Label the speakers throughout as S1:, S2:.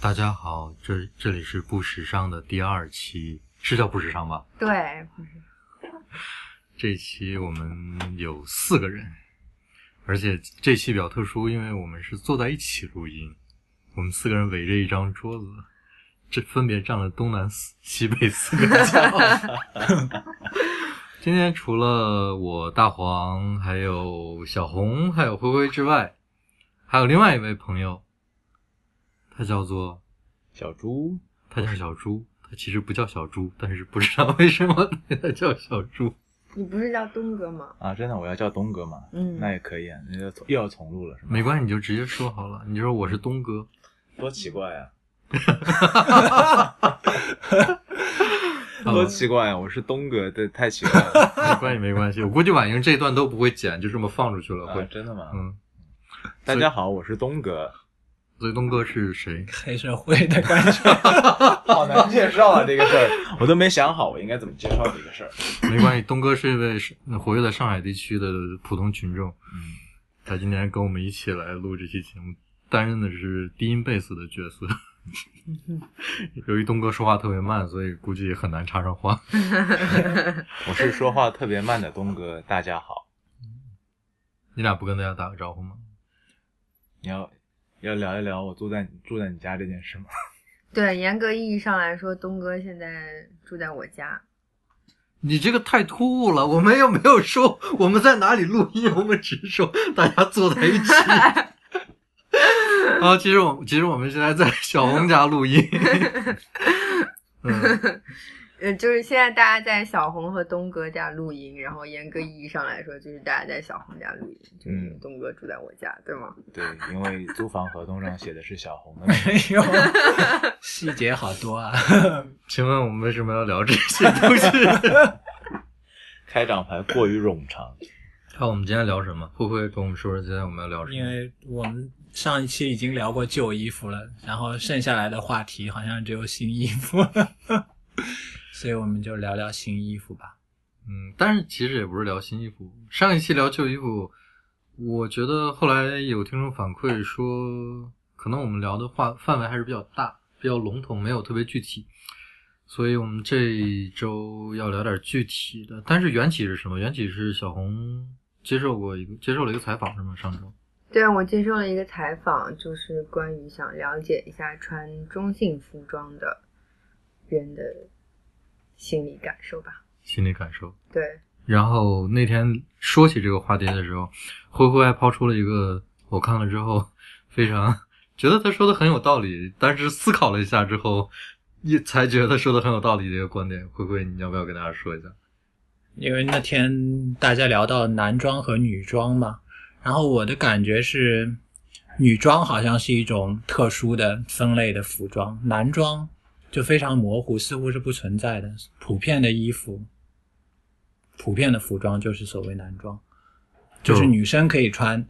S1: 大家好，这这里是不时尚的第二期，是叫不时尚吧？
S2: 对，
S1: 这期我们有四个人，而且这期比较特殊，因为我们是坐在一起录音，我们四个人围着一张桌子，这分别占了东南四西北四个角。 今天除了我大黄，还有小红，还有灰灰之外，还有另外一位朋友，他叫做
S3: 小猪，
S1: 他叫小猪，他其实不叫小猪，但是不知道为什么他叫小猪。
S2: 你不是叫东哥吗？
S3: 啊，真的我要叫东哥嘛？
S2: 嗯
S3: 那也可以啊，那就又要重录了是吗？
S1: 没关系，你就直接说好了，你就说我是东哥。
S3: 多奇怪 啊！
S1: 好
S3: 多奇怪啊！我是东哥，这太奇怪 了。
S1: 没关系，没关系，我估计婉莹这一段都不会剪，就这么放出去了。
S3: 啊
S1: 会，
S3: 真的吗？
S1: 嗯，
S3: 大家好，我是东哥。
S1: 所以东哥是谁？
S4: 黑社会的感觉。
S3: 好难介绍啊，这个事儿 我都没想好，我应该怎么介绍这个 事儿。
S1: 没关系，东哥是一位是活跃在上海地区的普通群众。
S3: 嗯，
S1: 他今天跟我们一起来录这期节目，担任的是低音贝斯的角色。 由于东哥说话特别慢，所以估计很难插上话。
S3: 我是说话特别慢的东哥，大家好。
S1: 你俩不跟大家打个招呼吗？
S3: 你要要聊一聊我住在住在你家这件事吗？
S2: 对，严格意义上来说，东哥现在住在我家。
S1: 你这个太突兀了，我们又没有说我们在哪里录音，我们只是说大家坐在一起。然后其实我其实我们现在在小红家录音。嗯，
S2: 呃，就是现在大家在小红和东哥家录音，然后严格意义上来说，就是大家在小红家录音，就是
S3: 嗯
S2: 东哥住在我家，对吗？
S3: 对，因为租房合同上写的是小红的名字。
S4: 哎呦，细节好多啊！
S1: 请问我们为什么要聊这些东西？
S3: 开场白过于冗长，
S1: 看我们今天聊什么？会不会跟我们说说今天我们要聊什么？
S4: 因为我们上一期已经聊过旧衣服了，然后剩下来的话题好像只有新衣服，所以我们就聊聊新衣服吧。
S1: 嗯，但是其实也不是聊新衣服。上一期聊旧衣服，我觉得后来有听众反馈说，可能我们聊的话范围还是比较大，比较笼统，没有特别具体。所以我们这一周要聊点具体的。但是缘起是什么？缘起是小红接受过一个接受了一个采访，是吗？上周
S2: 对，我接受了一个采访，就是关于想了解一下穿中性服装的人的心理感受吧。
S1: 心理感受。
S2: 对，
S1: 然后那天说起这个话题的时候，灰灰还抛出了一个我看了之后非常觉得他说的很有道理，但是思考了一下之后，也才觉得说的很有道理的一个观点。灰灰，你要不要跟大家说一下？
S4: 因为那天大家聊到男装和女装嘛，然后我的感觉是，女装好像是一种特殊的分类的服装，男装就非常模糊，似乎是不存在的。普遍的衣服，普遍的服装就是所谓男装，就是女生可以穿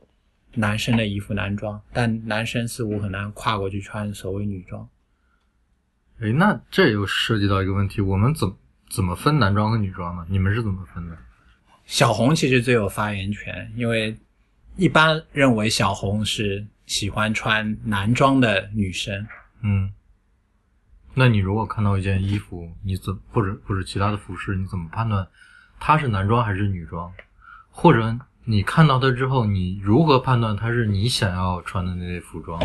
S4: 男生的衣服男装，但男生似乎很难跨过去穿所谓女装。
S1: 诶，那这又涉及到一个问题，我们怎么怎么分男装和女装呢？你们是怎么分的？
S4: 小红其实最有发言权，因为一般认为小红是喜欢穿男装的 女生。
S1: 嗯，那你如果看到一件衣服，你怎或者或者其他的服饰，你怎么判断它是男装还是女装？或者你看到它之后，你如何判断它是你想要穿的那类服装？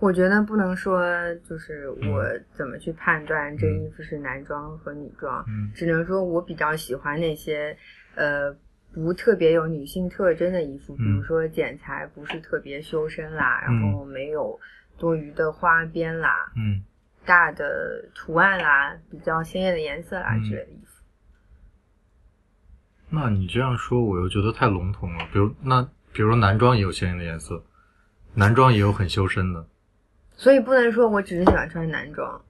S2: 我觉得不能说就是我
S3: 嗯
S2: 怎么去判断这衣服是男装和女装，
S1: 嗯
S2: 只能说我比较喜欢那些呃不特别有女性特征的衣服，比如说剪裁不是特别修身啦，
S1: 嗯
S2: 然后没有多余的花边啦、
S1: 嗯，
S2: 大的图案啦、比较鲜艳的颜色啦
S1: 嗯
S2: 之类的衣服。
S1: 那你这样说，我又觉得太笼统了。比如那比如男装也有鲜艳的颜色，男装也有很修身的。
S2: 所以不能说我只是喜欢穿男装，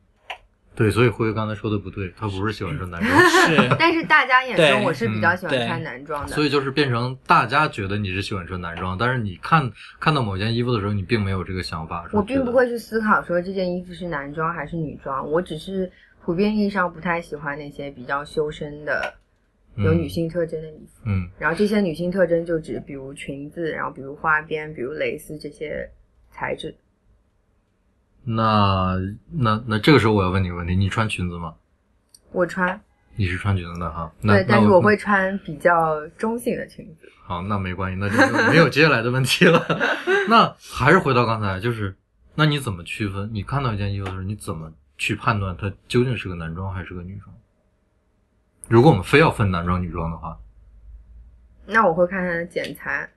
S1: 对，所以辉哥刚才说的不对，他不是喜欢穿男装，
S4: 是，
S2: 但是大家眼中
S4: 对
S2: 我是比较喜欢
S4: 嗯
S2: 穿
S4: 对
S2: 男装的。
S1: 所以就是变成大家觉得你是喜欢穿男装，但是你看看到某件衣服的时候，你并没有这个想法。是
S2: 我
S1: 觉得
S2: 并不会去思考说这件衣服是男装还是女装，我只是普遍意义上不太喜欢那些比较修身的、有女性特征的衣服。
S1: 嗯。
S2: 然后这些女性特征就指比如裙子，然后比如花边，比如蕾丝这些材质。
S1: 那那那这个时候我要问你个问题：你穿裙子吗？
S2: 我穿，
S1: 你是穿裙子的哈？那
S2: 对，但是
S1: 那
S2: 我会穿比较中性的裙子。
S1: 好，那没关系，那就没有接下来的问题了。 那还是回到刚才，就是那你怎么区分？你看到一件衣服的时候，你怎么去判断它究竟是个男装还是个女装？如果我们非要分男装女装的话，
S2: 那我会看它的剪裁，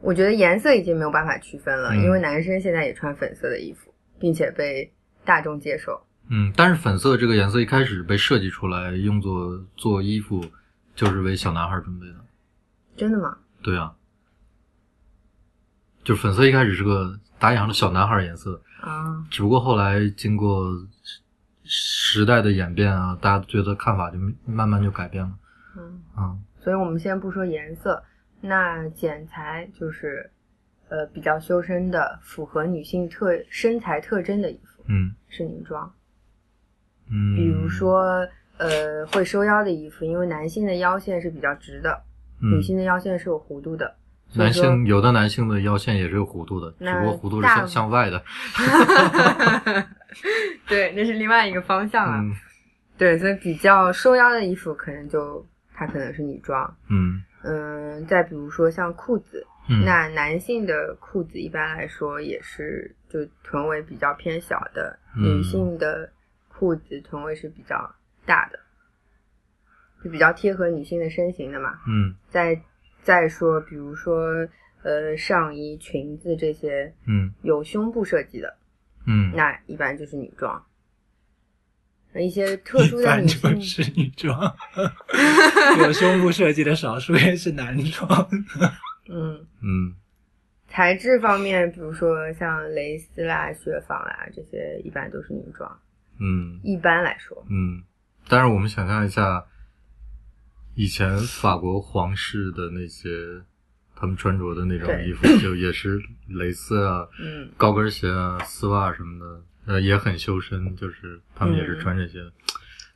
S2: 我觉得颜色已经没有办法区分了，
S1: 嗯
S2: 因为男生现在也穿粉色的衣服，并且被大众接受。
S1: 嗯，但是粉色这个颜色一开始被设计出来用作做衣服，就是为小男孩准备的。
S2: 真的吗？
S1: 对啊，就粉色一开始是个打引号的小男孩颜色，
S2: 啊，
S1: 只不过后来经过时时代的演变啊，大家觉得看法就慢慢就改变了。
S2: 嗯，
S1: 嗯
S2: 所以我们先不说颜色，那剪裁就是，呃，比较修身的，符合女性特身材特征的衣服
S1: 嗯
S2: 是女装，
S1: 嗯，
S2: 比如说。呃，会收腰的衣服，因为男性的腰线是比较直的，
S1: 嗯
S2: 女性的腰线是有弧度的。所以
S1: 男
S2: 说
S1: 性有的男性的腰线也是有弧度的，只
S2: 那
S1: 不过弧度是
S2: 大
S1: 向向外的。
S2: 对，那是另外一个方向了。
S1: 嗯
S2: 对，所以比较收腰的衣服，可能就它可能是女装。
S1: 嗯
S2: 嗯，再比如说像裤子，
S1: 嗯，
S2: 那男性的裤子一般来说也是就臀围比较偏小的，
S1: 嗯
S2: 女性的裤子臀围是比较大的，就比较贴合女性的身形的嘛。
S1: 嗯
S2: 再再说，比如说呃上衣、裙子这些
S1: 嗯
S2: 有胸部设计的，
S1: 嗯，
S2: 那一般就是女装。一些特殊
S4: 一
S2: 的
S4: 般
S2: 女
S4: 就
S2: 性
S4: 是女装， 有胸部设计的少数也是男装。
S2: 嗯，
S1: 嗯
S2: 材质方面，比如说像蕾丝啦、雪纺啦这些，一般都是女装。
S1: 嗯
S2: 一般来说，
S1: 嗯，但是我们想象一下，以前法国皇室的那些他们穿着的那种
S2: 对
S1: 衣服，就也是蕾丝啊、
S2: 嗯，
S1: 高跟鞋啊、丝袜什么的，呃，也很修身，就是他们也是
S2: 嗯
S1: 穿这些。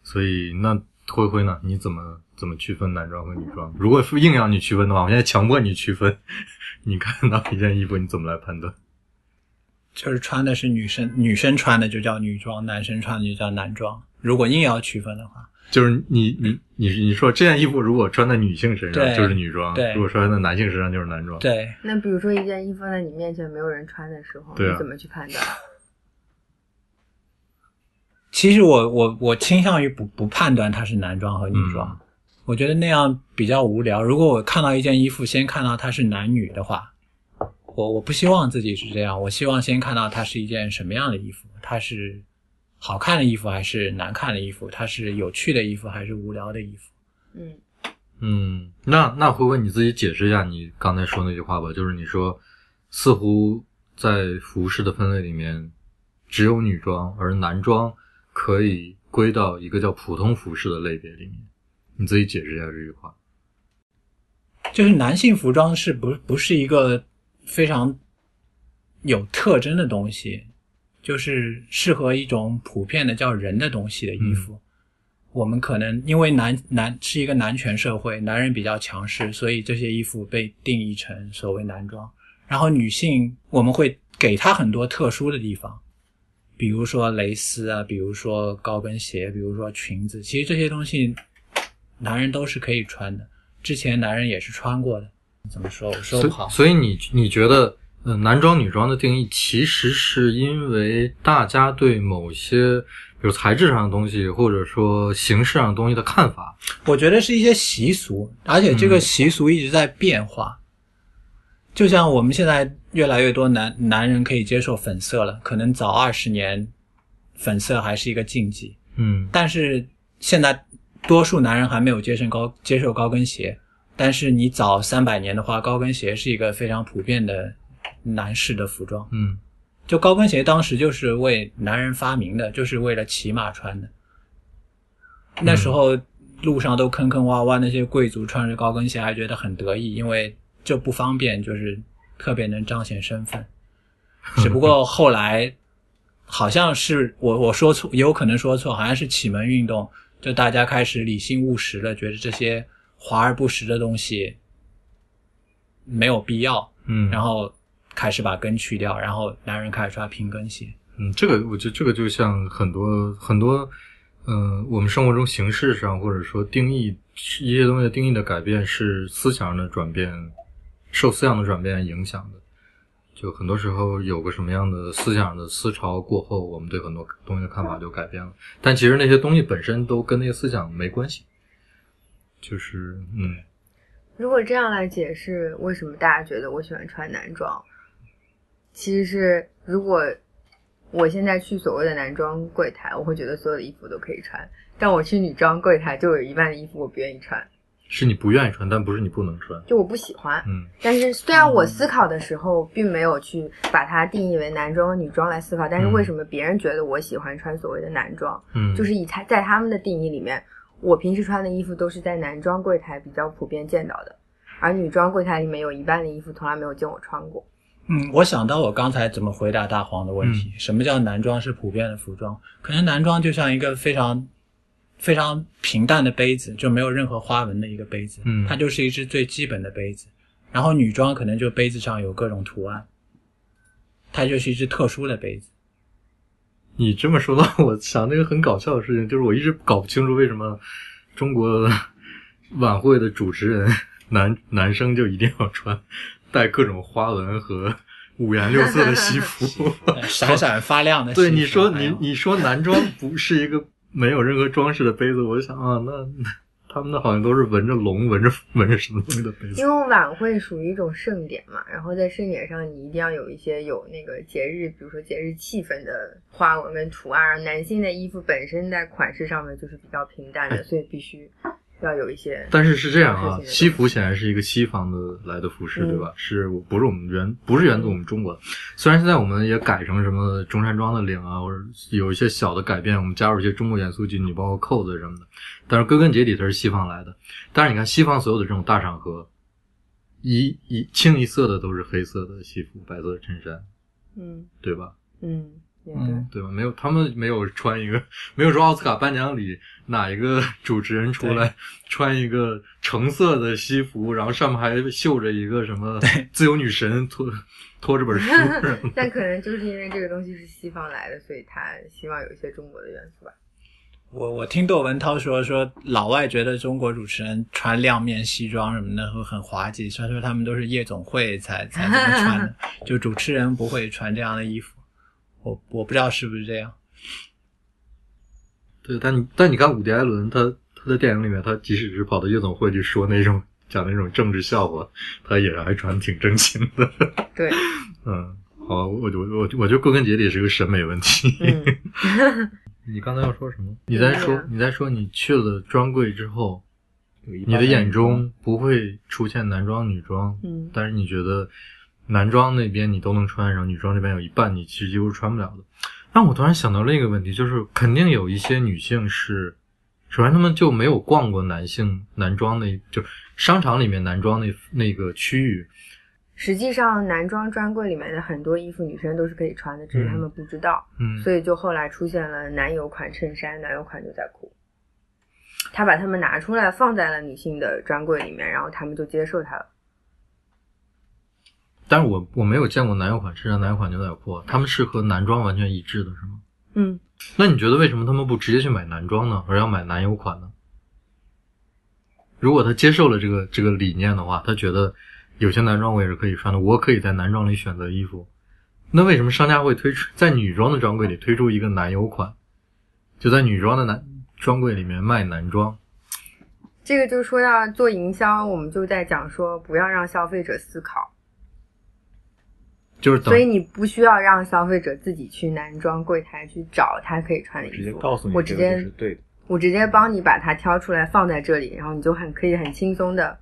S1: 所以那灰灰呢？你怎么怎么区分男装和女装？如果硬要你区分的话，我现在强迫你区分。 你看到一件衣服，你怎么来判断？
S4: 就是穿的是女生，女生穿的就叫女装，男生穿的就叫男装。如果硬要区分的话，
S1: 就是你你你你说这件衣服如果穿在女性身上
S4: 对
S1: 就是女装，
S4: 对
S1: 如果穿在男性身上就是男装。
S4: 对，
S2: 那比如说一件衣服在你面前没有人穿的时候，
S1: 对啊
S2: 你怎么去判断？
S4: 其实我我我倾向于不不判断它是男装和女装，我觉得那样比较无聊。如果我看到一件衣服，先看到它是男女的话，我我不希望自己是这样，我希望先看到它是一件什么样的衣服，它是好看的衣服还是难看的衣服，它是有趣的衣服还是无聊的衣服。
S2: 嗯，
S1: 嗯，那那回回你自己解释一下你刚才说那句话吧，就是你说，似乎在服饰的分类里面，只有女装，而男装可以归到一个叫普通服饰的类别里面。你自己解释一下这句话。
S4: 就是男性服装是不不是一个非常有特征的东西，就是适合一种普遍的叫人的东西的衣服。我们可能因为男男是一个男权社会，男人比较强势，所以这些衣服被定义成所谓男装。然后女性我们会给她很多特殊的地方，比如说蕾丝啊，比如说高跟鞋，比如说裙子，其实这些东西男人都是可以穿的。之前男人也是穿过的，怎么说？我说
S1: 所
S4: 不
S1: 以
S4: 好，
S1: 所以你你觉得，呃，男装女装的定义其实是因为大家对某些，比如材质上的东西，或者说形式上的东西的看法。
S4: 我觉得是一些习俗，而且
S1: 嗯
S4: 这个习俗一直在变化。就像我们现在越来越多男男人可以接受粉色了，可能早二十年，粉色还是一个禁忌。
S1: 嗯
S4: 但是现在多数男人还没有接受高接受高跟鞋，但是你早三百年的话，高跟鞋是一个非常普遍的男士的服装。
S1: 嗯
S4: 就高跟鞋当时就是为男人发明的，就是为了骑马穿的。那时候路上都坑坑洼洼，那些贵族穿着高跟鞋还觉得很得意，因为这不方便，就是特别能彰显身份。只不过后来好像是我我说错，也有可能说错，好像是启蒙运动，就大家开始理性务实了，觉得这些华而不实的东西没有必要，
S1: 嗯，
S4: 然后开始把跟去掉，然后男人开始穿平跟鞋。
S1: 嗯，这个我觉得这个就像很多很多，嗯、我们生活中形式上或者说定义一些东西的定义的改变，是思想上的转变，受思想的转变影响的。就很多时候有个什么样的思想的思潮过后，我们对很多东西的看法就改变了。但其实那些东西本身都跟那个思想没关系。就是嗯，
S2: 如果这样来解释为什么大家觉得我喜欢穿男装，其实是如果我现在去所谓的男装柜台，我会觉得所有的衣服都可以穿，但我去女装柜台就有一半的衣服我不愿意穿，
S1: 是你不愿意穿，但不是你不能穿。
S2: 就我不喜欢。
S1: 嗯，
S2: 但是虽然我思考的时候并没有去把它定义为男装和女装来思考，但是为什么别人觉得我喜欢穿所谓的男装？
S1: 嗯，
S2: 就是以他在他们的定义里面，我平时穿的衣服都是在男装柜台比较普遍见到的，而女装柜台里面有一半的衣服从来没有见我穿过。
S4: 嗯，我想到我刚才怎么回答大黄的问题，
S1: 嗯
S4: 什么叫男装是普遍的服装？可能男装就像一个非常非常平淡的杯子，就没有任何花纹的一个杯子，
S1: 嗯
S4: 它就是一只最基本的杯子。然后女装可能就杯子上有各种图案，它就是一只特殊的杯子。
S1: 你这么说到， 我想那个很搞笑的事情，就是我一直搞不清楚为什么中国晚会的主持人男男生就一定要穿带各种花纹和五颜六色的 西服。
S4: 闪闪发亮的西服。
S1: 对，你说
S4: 还
S1: 你
S4: 有
S1: 你说男装不是一个没有任何装饰的杯子，我就想啊，那他们的好像都是纹着龙、纹着纹着什么东西的杯子
S2: 因。为晚会属于一种盛典嘛，然后在盛典上你一定要有一些有那个节日，比如说节日气氛的花纹跟图案。而男性的衣服本身在款式上面就是比较平
S4: 哎
S2: 淡的，所以必须要有一些。
S1: 但是是这样啊
S2: 是，是
S1: 西服显然是一个西方的来的服饰，
S2: 嗯
S1: 对吧？是我不是我们源不是源自我们中国的，虽然现在我们也改成什么中山装的领啊，或者有一些小的改变，我们加入一些中国元素进去，包括扣子什么的，但是归根结底它是西方来的。但是你看西方所有的这种大场合，一一清一色的都是黑色的西服、白色的衬衫，
S2: 嗯
S1: 对吧？
S2: 嗯，也对。
S4: 嗯，
S1: 对吧？没有，他们没有穿一个， 没有说奥斯卡颁奖礼哪一个 主持人出来穿一个橙色的西服，然后上面还绣着一个什么自由女神拖拖着本书，
S2: 但可能就是因为这个东西是西方来的，所以他希望有一些中国的元素吧。
S4: 我我听窦文涛说说老外觉得中国主持人穿亮面西装什么的会很滑稽，他说他们都是夜总会才才这么穿的，就主持人不会穿这样的衣服。我我不知道是不是这样。
S1: 对，但你但你看伍迪·艾伦，他他在电影里面，他即使是跑到夜总会去说那种讲那种政治笑话，他也还穿得挺正经的。
S2: 对，
S1: 嗯，好，我我我我就归根结底是个审美问题。
S2: 嗯，
S1: 你刚才要说什么？你
S2: 对
S1: 在
S2: 呀
S1: 说你在说你去了专柜之后，
S3: 有一
S1: 你
S3: 半
S1: 的眼中不会出现男装、女装，
S2: 嗯
S1: 但是你觉得男装那边你都能穿，然后女装这边有一半你其实几乎穿不了的。但我突然想到另一个问题，就是肯定有一些女性是，首先她们就没有逛过男性男装那，就是商场里面男装那那个区域，
S2: 实际上男装专柜里面的很多衣服女生都是可以穿的，只是她们不知道，
S1: 嗯，
S2: 所以就后来出现了男友款衬衫、男友款牛仔裤。他把它们拿出来放在了女性的专柜里面，然后他们就接受它了。
S1: 但是我我没有见过男友款衬衫、男友款牛仔裤，他们是和男装完全一致的，是吗？
S2: 嗯，
S1: 那你觉得为什么他们不直接去买男装呢，而要买男友款呢？如果他接受了这个这个理念的话，他觉得有些男装我也是可以穿的，我可以在男装里选择衣服。那为什么商家会推出在女装的专柜里推出一个男友款，就在女装的男专柜里面卖男装？
S2: 这个就说要做营销，我们就在讲说不要让消费者思考，
S1: 就是等
S2: 所以你不需要让消费者自己去男装柜台去找他可以穿的
S3: 直
S2: 衣
S3: 接
S2: 服，
S3: 告诉你，
S2: 我
S3: 这
S2: 直
S3: 个就
S2: 接
S3: 是对的。
S2: 我直接帮你把它挑出来放在这里，然后你就很可以很轻松的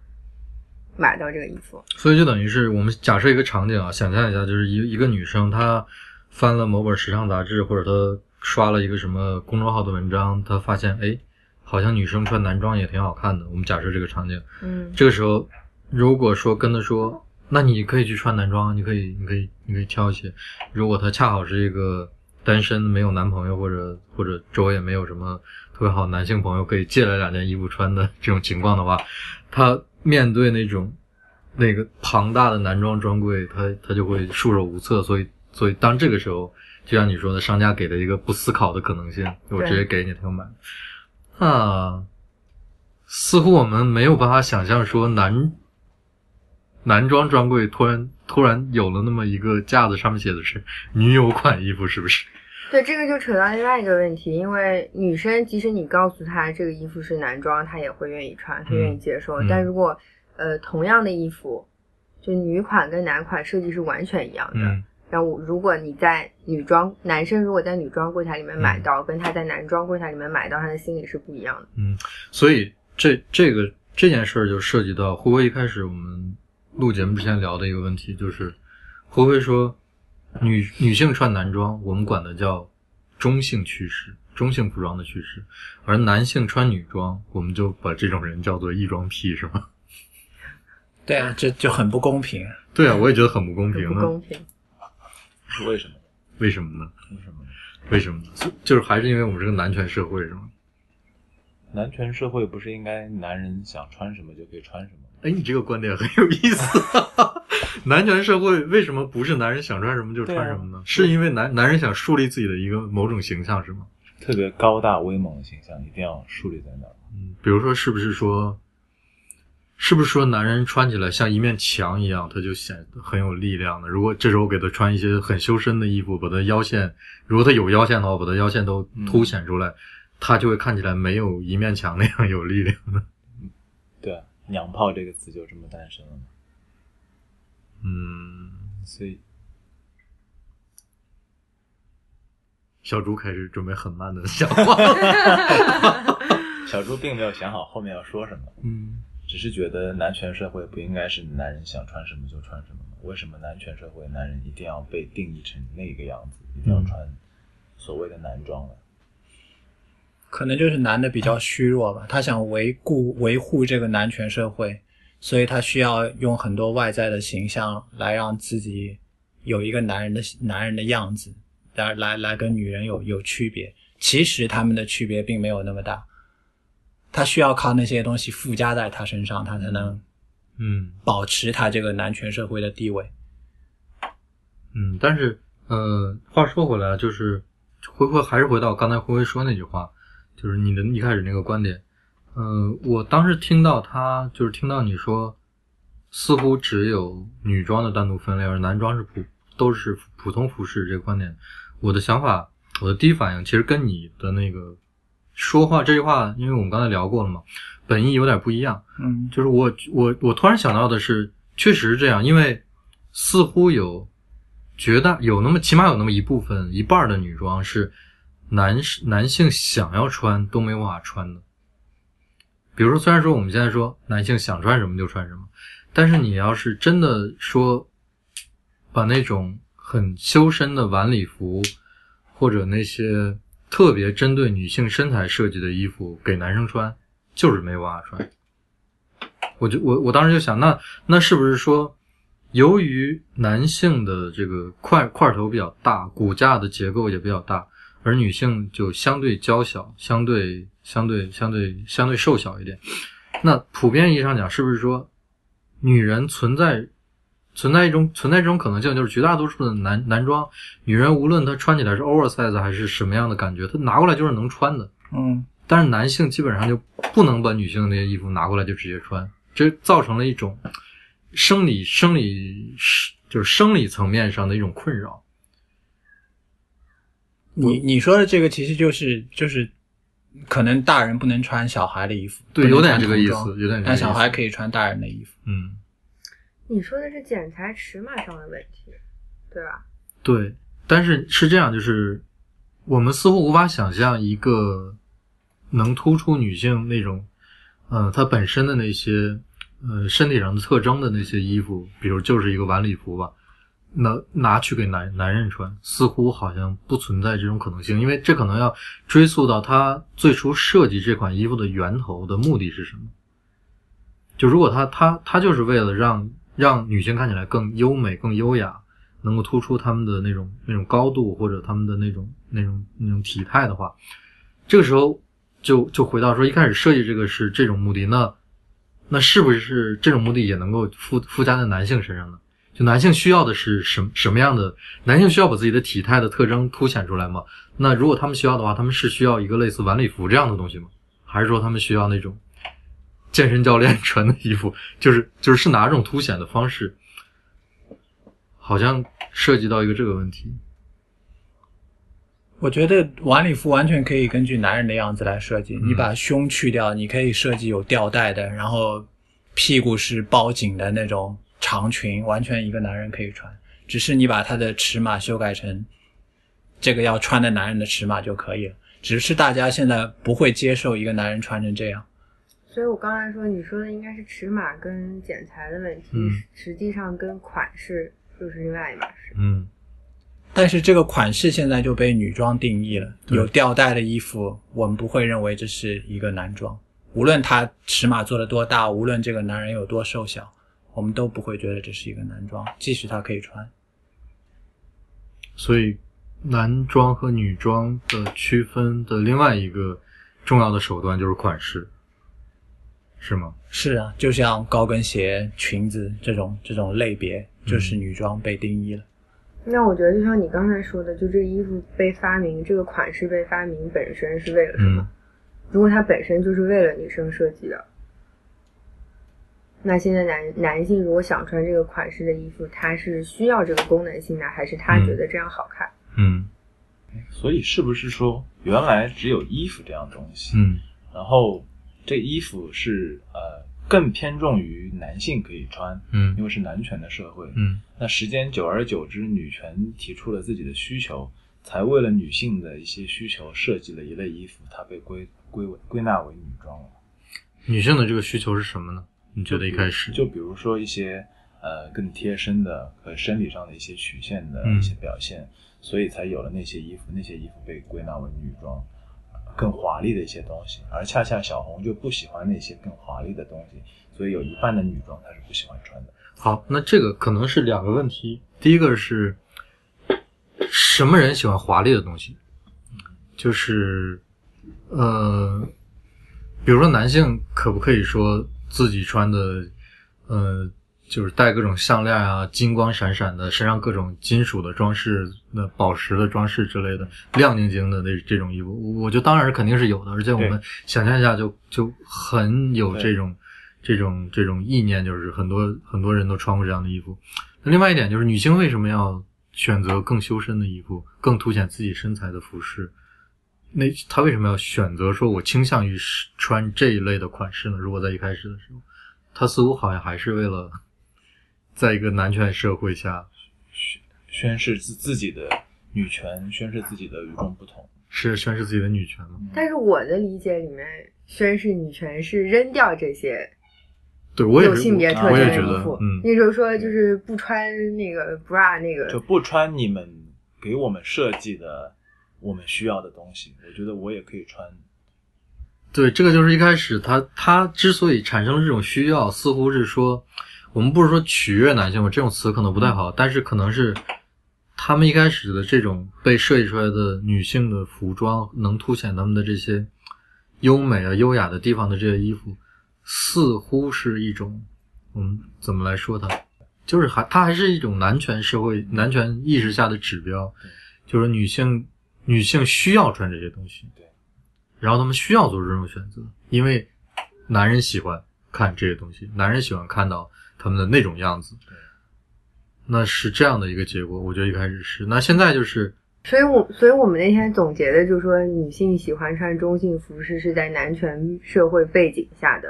S2: 买到这个衣服。
S1: 所以就等于是我们假设一个场景啊，想象一下，就是一一个女生她翻了某本时尚杂志，或者她刷了一个什么公众号的文章，她发现哎，好像女生穿男装也挺好看的。我们假设这个场景，
S2: 嗯，
S1: 这个时候如果说跟她说，那你可以去穿男装，你可以，你可以，你可以挑一些。如果她恰好是一个单身没有男朋友，或者或者周围也没有什么特别好的男性朋友可以借来两件衣服穿的这种情况的话，他面对那种那个庞大的男装专柜，他他就会束手无策。所以，所以当这个时候，就像你说的，商家给的一个不思考的可能性，我
S2: 对
S1: 直接给你，他就买。啊，似乎我们没有办法想象说男男装专柜突然突然有了那么一个架子，上面写的是女友款衣服，是不是？
S2: 对，这个就扯到另外一个问题，因为女生即使你告诉她这个衣服是男装，她也会愿意穿，她愿意接受。
S1: 嗯
S2: 但如果呃同样的衣服，就女款跟男款设计是完全一样的，
S1: 嗯
S2: 然后如果你在女装，男生如果在女装柜台里面买
S1: 嗯
S2: 到，跟他在男装柜台里面买到，他的心理是不一样的。
S1: 所以这这个这件事儿就涉及到辉辉一开始我们录节目之前聊的一个问题，就是辉辉说女女性穿男装，我们管它叫中性趋势，中性服装的趋势，而男性穿女装，我们就把这种人叫做异装癖，是吗？
S4: 对啊，这就很不公平。
S1: 对啊，我也觉得很不公
S2: 很
S1: 平
S2: 不
S1: 呢。
S2: 公平，
S3: 是为什么？
S1: 为什么呢？
S3: 为什么？
S1: 为什么呢？就就是还是因为我们是个男权社会，是吗？
S3: 男权社会不是应该男人想穿什么就可以穿什么？
S1: 哎，你这个观点很有意思。啊 男权社会为什么不是男人想穿什么就穿什么呢？是因为男男人想树立自己的一个某种形象是吗？
S3: 特别高大威猛的形象一定要树立在那儿。
S1: 嗯，比如说是不是说，是不是说男人穿起来像一面墙一样，他就显得很有力量呢？如果这时候给他穿一些很修身的衣服，把他腰线，如果他有腰线的话，把他腰线都凸显出来，他就会看起来没有一面墙那样有力量。
S3: 对啊，娘炮这个词就这么诞生了嘛。
S1: 嗯，
S3: 所以
S1: 小猪开始准备很慢的讲话。
S3: 小猪并没有想好后面要说什么，
S1: 嗯。
S3: 只是觉得男权社会不应该是男人想穿什么就穿什么吗？为什么男权社会男人一定要被定义成那个样子，一定要穿所谓的男装呢？
S4: 可能就是男的比较虚弱吧，他想维护维护这个男权社会，所以他需要用很多外在的形象来让自己有一个男人的男人的样子，来来来跟女人有有区别。其实他们的区别并没有那么大，他需要靠那些东西附加在他身上，他才能
S1: 嗯
S4: 保持他这个男权社会的地位。
S1: 嗯，但是呃，话说回来，就是回回还是回到刚才辉辉说那句话，就是你的一开始那个观点。呃，我当时听到他就是听到你说，似乎只有女装的单独分类，而男装是普都是普通服饰这个观点，我的想法，我的第一反应其实跟你的那个说话这句话，因为我们刚才聊过了嘛，本意有点不一样。
S4: 嗯，
S1: 就是我我我突然想到的是，确实是这样，因为似乎有绝大有那么起码有那么一部分一半儿的女装是男士男性想要穿都没有办法穿的。比如说，虽然说我们现在说男性想穿什么就穿什么，但是你要是真的说把那种很修身的晚礼服，或者那些特别针对女性身材设计的衣服给男生穿，就是没有办法穿。我就我我当时就想，那那是不是说，由于男性的这个块块头比较大，骨架的结构也比较大，而女性就相对娇小，相对相对相对相对瘦小一点。那普遍意义上讲，是不是说，女人存在存在一种存在这种可能性，就是绝大多数的男男装，女人无论她穿起来是 oversize 还是什么样的感觉，她拿过来就是能穿的。
S4: 嗯，
S1: 但是男性基本上就不能把女性的那些衣服拿过来就直接穿，这造成了一种生理生理就是生理层面上的一种困扰。
S4: 你你说的这个其实就是就是，可能大人不能穿小孩的衣服，
S1: 对，
S4: 不
S1: 有
S4: 能
S1: 点
S4: 穿
S1: 这个意
S4: 童装
S1: 思，有点这个
S4: 但
S1: 意思。
S4: 小孩可以穿大人的衣服。
S1: 嗯，
S2: 你说的是剪裁尺码上的问题，对吧？
S1: 对，但是是这样，就是我们似乎无法想象一个能突出女性那种，呃，她本身的那些呃身体上的特征的那些衣服，比如就是一个晚礼服吧，拿拿去给男男人穿，似乎好像不存在这种可能性，因为这可能要追溯到他最初设计这款衣服的源头的目的是什么。就如果他他他就是为了让让女性看起来更优美、更优雅，能够突出她们的那种那种高度或者她们的那种那种那种体态的话，这个时候就就回到说一开始设计这个是这种目的，那那是不是这种目的也能够附附加在男性身上呢？就男性需要的是什什么样的？男性需要把自己的体态的特征凸显出来吗？那如果他们需要的话，他们是需要一个类似晚礼服这样的东西吗？还是说他们需要那种健身教练穿的衣服？就是就是是哪种凸显的方式？好像涉及到一个这个问题。
S4: 我觉得晚礼服完全可以根据男人的样子来设计。
S1: 嗯
S4: 你把胸去掉，你可以设计有吊带的，然后屁股是包紧的那种长裙，完全一个男人可以穿。只是你把它的尺码修改成这个要穿的男人的尺码就可以了。只是大家现在不会接受一个男人穿成这样。
S2: 所以我刚才说，你说的应该是尺码跟剪裁的问题，
S1: 嗯
S2: 实际上跟款式又是另外一码事。
S1: 嗯
S4: 但是这个款式现在就被女装定义了，
S1: 对
S4: 有吊带的衣服，我们不会认为这是一个男装，无论它尺码做的多大，无论这个男人有多瘦小，我们都不会觉得这是一个男装，即使他可以穿。，
S1: 所以男装和女装的区分的另外一个重要的手段就是款式，是吗？
S4: 是啊，就像高跟鞋、裙子这种这种类别，就是女装被定义了。
S2: 那我觉得就像你刚才说的，就这个衣服被发明，这个款式被发明本身是为了什么？
S1: 嗯
S2: 如果它本身就是为了女生设计的，那现在男男性如果想穿这个款式的衣服，他是需要这个功能性的，还是他
S1: 嗯
S2: 觉得这样好看？
S1: 嗯
S3: 所以是不是说，原来只有衣服这样东西，
S1: 嗯
S3: 然后这衣服是呃更偏重于男性可以穿，因
S1: 嗯
S3: 为是男权的社会。
S1: 嗯
S3: 那时间久而久之，女权提出了自己的需求，才为了女性的一些需求设计了一类衣服，它被归归为归纳为女装了。
S1: 女性的这个需求是什么呢？你觉得一开始
S3: 就比如说一些呃更贴身的和生理上的一些曲线的
S1: 嗯
S3: 一些表现，所以才有了那些衣服，那些衣服被归纳为女装，更华丽的一些东西。而恰恰小红就不喜欢那些更华丽的东西，所以有一半的女装她是不喜欢穿的。
S1: 好，那这个可能是两个问题。第一个是什么人喜欢华丽的东西？就是呃，比如说男性可不可以说自己穿的呃，就是戴各种项链啊，金光闪闪的，身上各种金属的装饰、那宝石的装饰之类的，亮晶晶的那这种衣服，我我觉得当然肯定是有的，而且我们想象一下就就很有这种这种这种意念，就是很多很多人都穿过这样的衣服。那另外一点就是，女性为什么要选择更修身的衣服，更凸显自己身材的服饰？那她为什么要选择说我倾向于是穿这一类的款式呢？如果在一开始的时候，她似乎好像还是为了，在一个男权社会下，
S3: 宣示自自己的女权，宣示自己的与众不同。
S1: 是宣示自己的女权吗？
S2: 但是我的理解里面，宣誓女权是扔掉这些
S1: 对我也
S2: 有
S1: 是
S2: 性别特
S1: 我
S2: 征
S1: 也
S2: 的
S1: 觉
S2: 衣
S1: 得
S2: 服，，
S1: 嗯，
S2: 那时候说就是不穿那个 bra 那个
S3: 就不穿你们给我们设计的我们需要的东西，我觉得我也可以穿。
S1: 对，这个就是一开始他他之所以产生了这种需要，似乎是说，我们不是说取悦男性吧，这种词可能不太好，但是可能是他们一开始的这种被设计出来的女性的服装，能凸显他们的这些优美啊、优雅的地方的这些衣服，似乎是一种，嗯，怎么来说它？就是还它还是一种男权社会、男权意识下的指标，就是女性女性需要穿这些东西。然后他们需要做出这种选择，因为男人喜欢看这些东西，男人喜欢看到他们的那种样子。那是这样的一个结果，我觉得一开始是。那现在就是，
S2: 所以我，所以我们那天总结的就是说，女性喜欢穿中性服饰是在男权社会背景下的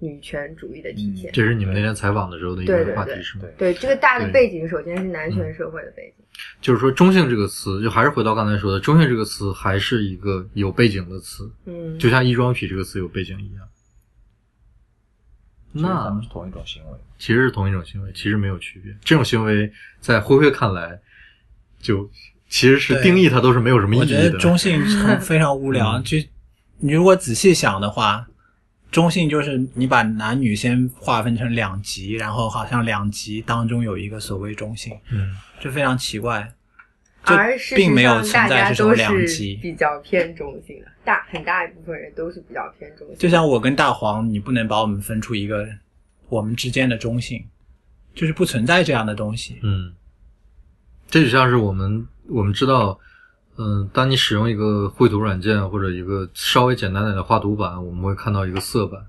S2: 女权主义的体
S4: 嗯
S2: 现。
S1: 这是你们那天采访的时候的一
S2: 对
S1: 个
S2: 对
S1: 话题
S2: 对
S1: 是吗？
S3: 对
S2: 对，这个大的
S1: 对
S2: 背景首先是男权社会的背景。
S1: 就是说“中性”这个词，就还是回到刚才说的，“中性”这个词还是一个有背景的词，
S2: 嗯，
S1: 就像“衣装癖”这个词有背景一样。
S3: 其实他
S1: 那
S3: 们是同一种行为。
S1: 其实是同一种行为，其实没有区别。这种行为在辉辉看来，就其实是
S4: 对
S1: 定义它都是没有什么意义的。
S4: 我
S1: 嗯
S4: 觉得中性很非常无聊。就你如果仔细想的话，中性就是你把男女先划分成两极，然后好像两极当中有一个所谓中性，
S1: 嗯
S4: 这非常奇怪。就
S2: 而事
S4: 并
S2: 实
S4: 没有
S2: 上，大
S4: 存在
S2: 家
S4: 这
S2: 都
S4: 种两
S2: 是
S4: 极。
S2: 比较偏中性的，大很大一部分人都是比较偏中性的。
S4: 就像我跟大黄，你不能把我们分出一个我们之间的中性，就是不存在这样的东西。
S1: 嗯，这就像是我们我们知道，嗯、当你使用一个绘图软件或者一个稍微简单点的画图板，我们会看到一个色板，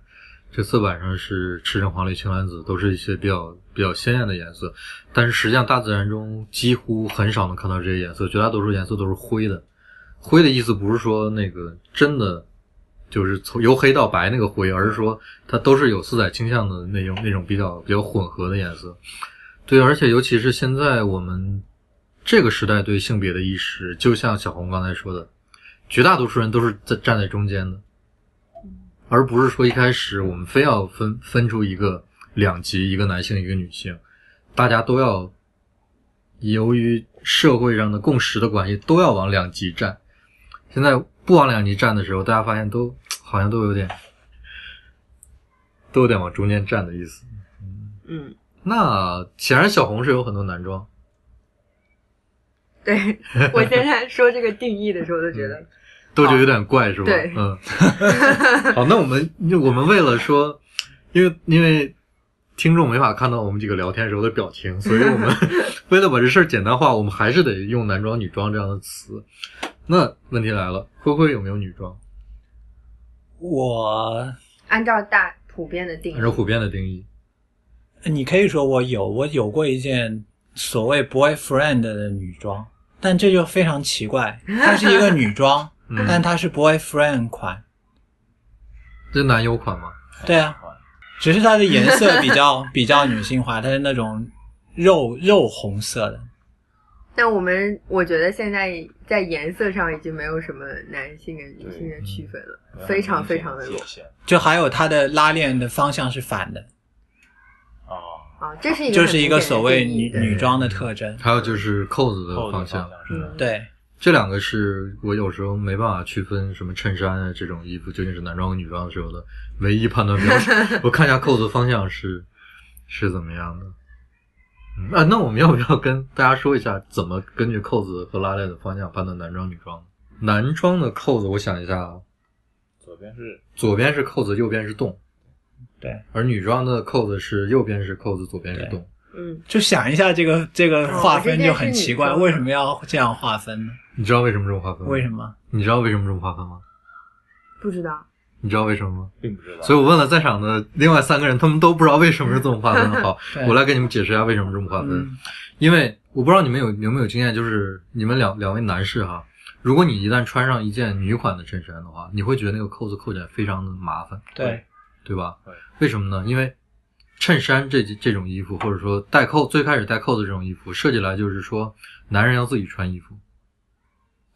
S1: 这色板上是赤橙黄绿青蓝紫，都是一些比较比较鲜艳的颜色。但是实际上，大自然中几乎很少能看到这些颜色，绝大多数颜色都是灰的。灰的意思不是说那个真的就是从由黑到白那个灰，而是说它都是有色彩倾向的那种那种比较比较混合的颜色。对，而且尤其是现在我们这个时代对性别的意识，就像小红刚才说的，绝大多数人都是在站在中间的，而不是说一开始我们非要分分出一个两极，一个男性一个女性，大家都要由于社会上的共识的关系，都要往两极站。现在不往两极站的时候，大家发现都好像都有点都有点往中间站的意思。
S2: 嗯，
S1: 那显然小红是有很多男装，
S2: 对 我现在说这个定义的时候，都觉
S4: 嗯
S2: 得
S1: 都觉得有点怪，是吧？
S2: 对
S1: 嗯。 好，那我们我们为了说，因为因为听众没法看到我们几个聊天时候的表情，所以我们为了把这事儿简单化，我们还是得用男装、女装这样的词。那问题来了，灰灰有没有女装？
S4: 我，
S2: 按照大普遍的定
S1: 按照
S2: 义，
S1: 普遍的定义，，
S4: 你可以说我有，我有过一件所谓 boyfriend 的女装，但这就非常奇怪，它是一个女装
S1: 嗯
S4: 但它是 boyfriend 款，
S1: 这男友款吗？
S4: 对啊，只是它的颜色比 较比较女性化，它是那种肉肉红色的，
S2: 但我们我觉得现在在颜色上已经没有什么男性跟女性的区分了，非常非常的弱
S3: 嗯明显
S4: 就还有它的拉链的方向是反的，
S3: 啊，
S2: 啊，这是一个
S4: 就
S2: 很
S4: 是一
S2: 明
S4: 个
S2: 显的
S4: 所谓
S2: 定义
S4: 女
S2: 的
S4: 女装的特征，
S1: 还有就是扣子的
S3: 后
S1: 方
S3: 方
S1: 向
S3: 向，是
S2: 嗯
S4: 对，
S1: 这两个是我有时候没办法区分什么衬衫啊这种衣服究竟是男装和女装的时候的唯一判断标准。我看一下扣子方向是 是怎么样的。嗯啊，那我们要不要跟大家说一下怎么根据扣子和拉链的方向判断男装女装呢？男装的扣子，我想一下啊，
S3: 左边是
S1: 左边是扣子，右边是洞。
S4: 对，
S1: 而女装的扣子是右边是扣子，左边是洞。
S2: 嗯，
S4: 就想一下这个这个
S2: 哦
S4: 划
S2: 我觉得
S4: 分
S2: 这
S4: 就是很
S2: 女
S4: 奇怪，
S2: 装
S4: 为什么要这样划分呢？
S1: 你知道为什么这么划分吗？
S4: 为什？么？
S1: 你知道为什么这么划分吗？
S2: 不知道，
S1: 你知道为什么吗？
S3: 并不知道，
S1: 所以我问了在场的另外三个人，他们都不知道为什么是这么划分的。好
S4: 对，
S1: 我来给你们解释一下为什么这么划分。
S4: 嗯
S1: 因为我不知道你们有有没有经验，就是你们两两位男士哈，如果你一旦穿上一件女款的衬衫的话，你会觉得那个扣子扣起来非常的麻烦，
S4: 对，
S1: 对吧
S3: 对？
S1: 为什么呢？因为衬衫这这种衣服，或者说带扣最开始带扣子这种衣服，设计来就是说男人要自己穿衣服，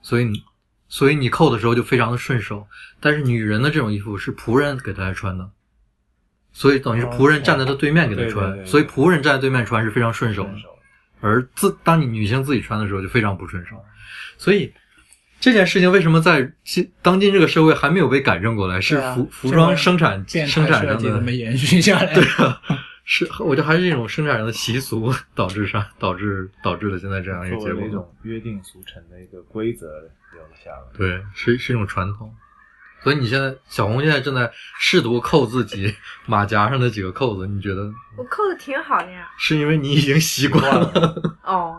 S1: 所以你所以你扣的时候就非常的顺手。但是女人的这种衣服是仆人给她来穿的，所以等于是仆人站在她对面给她穿，
S3: 哦对对对对
S1: 所以仆人站在对面穿是非常顺手的。
S3: 伸手
S1: 而自当你女性自己穿的时候就非常不顺手，所以这件事情为什么在今当今这个社会还没有被改正过来？是
S4: 对啊
S1: 服服
S4: 这
S1: 装
S4: 个
S1: 生产
S4: 变
S1: 生
S4: 态
S1: 产
S4: 设
S1: 上
S4: 计怎么
S1: 的
S4: 延续下来？
S1: 对 啊，是我觉得还是一种生产上的习俗导致上导致导致了现在这样一个
S3: 作
S1: 结
S3: 为一
S1: 果。
S3: 种约定俗成的一个规则留了下来。
S1: 对，是是一种传统。所以你现在小红现在正在试图扣自己马甲上的几个扣子，你觉得
S2: 我扣的挺好的呀，
S1: 是因为你已经习惯了？
S2: 哦，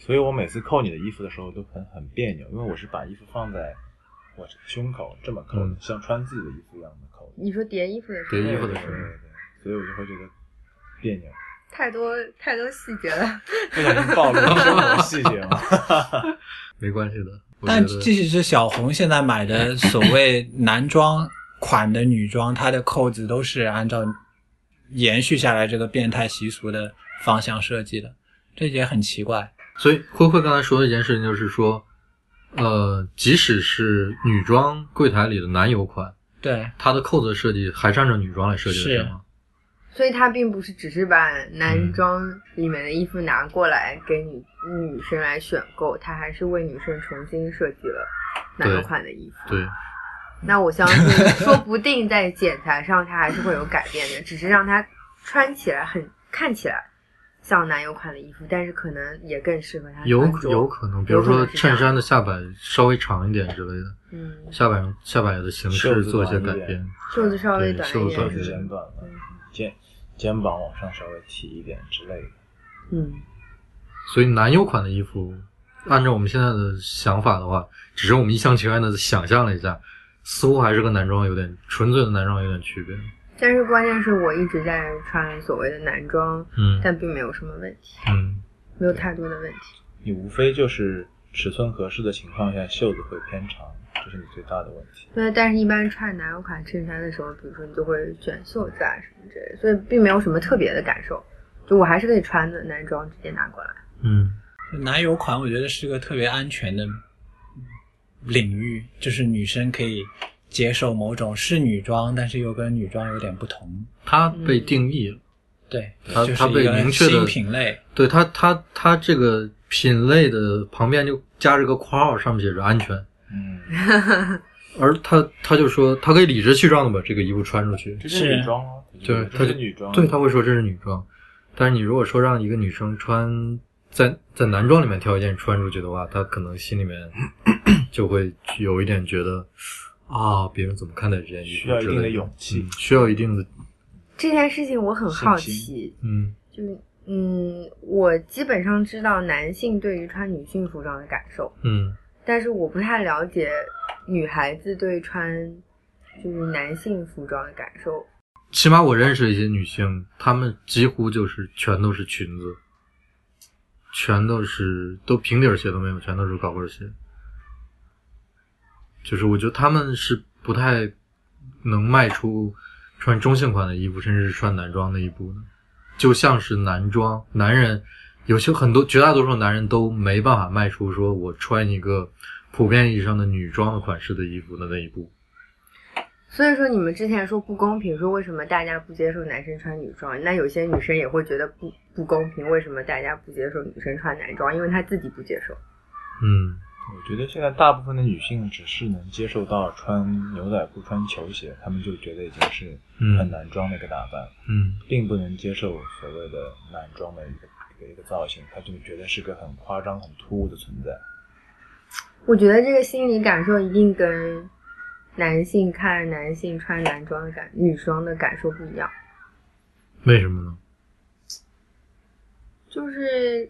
S3: 所以我每次扣你的衣服的时候都很很别扭，因为我是把衣服放在我胸口这么扣的，
S1: 嗯
S3: 像穿自己的衣服一样的扣的。
S2: 你说叠衣服的时候，
S1: 叠衣服的
S3: 对
S1: 时候
S3: 对对，所以我就会觉得别扭，
S2: 太多太多细节了，
S3: 不小心暴露了生活细节嘛。
S1: 没关系的，我
S4: 但
S1: 觉得
S4: 即使是小红现在 买的所谓男装款的女装，它的扣子都是按照延续下来这个变态习俗的方向设计的，这也很奇怪。
S1: 所以慧慧刚才说的一件事情就是说，呃，即使是女装柜台里的男友款，
S4: 对，
S1: 它的扣子设计还是按照女装来设计的，
S4: 是
S1: 是吗？
S2: 所以它并不是只是把
S4: 嗯
S2: 男装里面的衣服拿过来给女女生来选购，它还是为女生重新设计了哪个
S1: 对
S2: 款的衣服。
S1: 对，
S2: 那我相信，说不定在剪裁上它还是会有改变的，只是让它穿起来很看起来像男友款的衣服，但是可能也更适合它
S1: 有
S2: 穿
S1: 可
S2: 着。
S1: 有可能，比如
S2: 有可
S1: 说
S2: 能是这样
S1: 衬衫的下摆稍微长一点之类的，
S2: 嗯，
S1: 下摆下摆的形式
S3: 袖子
S1: 做一些
S3: 短一
S1: 改
S3: 点
S1: 变。
S2: 袖子稍
S1: 对
S2: 微短
S1: 袖
S2: 一
S1: 子
S2: 点
S1: 短
S3: 袖
S1: 一
S3: 子
S1: 点
S3: 剪短了，肩肩膀往上稍微提一点之类的。
S2: 嗯，
S1: 所以男优款的衣服，按照我们现在的想法的话，只是我们一厢情愿的想象了一下，似乎还是跟男装有点纯粹的男装有点区别。
S2: 但是关键是我一直在穿所谓的男装，
S1: 嗯
S2: 但并没有什么问题，
S1: 嗯
S2: 没有太多的问题。
S3: 你无非就是尺寸合适的情况下，袖子会偏长，这是你最大的问题。
S2: 对，但是一般穿男友款衬衫的时候，比如说你就会卷袖子啊什么之类的，所以并没有什么特别的感受。就我还是可以穿的男装直接拿过来。
S1: 嗯
S4: 男友款我觉得是个特别安全的领域，就是女生可以接受某种是女装，但是又跟女装有点不同。
S1: 它被定义了，
S4: 对，
S1: 它
S4: 就是
S1: 它被
S4: 一个
S1: 明确地
S4: 新品类，
S1: 对它它它这个品类的旁边就加了个括号，上面写着安全，
S3: 嗯，
S1: 而他他就说他可以理直气壮的把这个衣服穿出去，
S3: 这
S4: 是
S3: 是女装啊，
S1: 对，他
S3: 这是
S1: 就
S3: 女装啊，
S1: 对他会说这是女装，但是你如果说让一个女生穿在在男装里面挑一件穿出去的话，她可能心里面 就会有一点觉得啊，别人怎么看待这件衣服
S3: 需要一
S1: 之
S3: 定
S1: 类
S3: 的
S1: 的
S3: 勇气
S1: 嗯需要一定的
S2: 这件事情我很好
S3: 信
S2: 奇，
S1: 嗯
S2: 就是嗯，我基本上知道男性对于穿女性服装的感受，
S1: 嗯
S2: 但是我不太了解女孩子对穿就是男性服装的感受。
S1: 起码我认识一些女性，她们几乎就是全都是裙子，全都是都平底儿鞋都没有，全都是高跟鞋。就是我觉得她们是不太能迈出穿中性款的衣服，甚至是穿男装的一步的，就像是男装男人。有些很多绝大多数男人都没办法迈出说我穿一个普遍意义上的女装的款式的衣服的那一步，
S2: 所以说你们之前说不公平，说为什么大家不接受男生穿女装？那有些女生也会觉得不不公平，为什么大家不接受女生穿男装？因为她自己不接受。
S1: 嗯。
S3: 我觉得现在大部分的女性只是能接受到穿牛仔裤、穿球鞋，她们就觉得已经是很男装的一个打扮，
S1: 嗯
S3: 并不能接受所谓的男装的一个一个一个造型，她就觉得是个很夸张、很突兀的存在。
S2: 我觉得这个心理感受一定跟男性看男性穿男装的感、女装的感受不一样。
S1: 为什么呢？
S2: 就是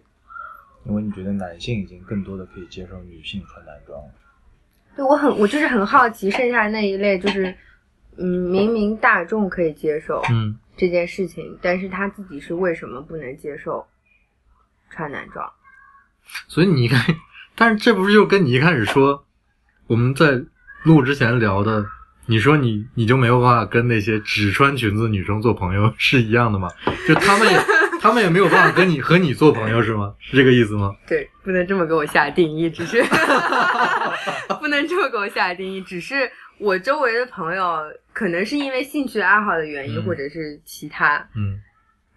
S3: 因为你觉得男性已经更多的可以接受女性穿男装了，
S2: 对我很，我就是很好奇，剩下那一类就是，嗯，明明大众可以接受
S1: 嗯，
S2: 这件事情，但是他自己是为什么不能接受穿男装？
S1: 所以你一开，但是这不是就跟你一开始说我们在录之前聊的，你说你你就没有办法跟那些只穿裙子的女生做朋友是一样的吗？就他们也他们也没有办法跟你和你做朋友是吗？是这个意思吗？
S2: 对，不能这么给我下定义，只 是不能这么给我下定义，只是我周围的朋友可能是因为兴趣爱好的原因，
S1: 嗯
S2: 或者是其他，
S1: 嗯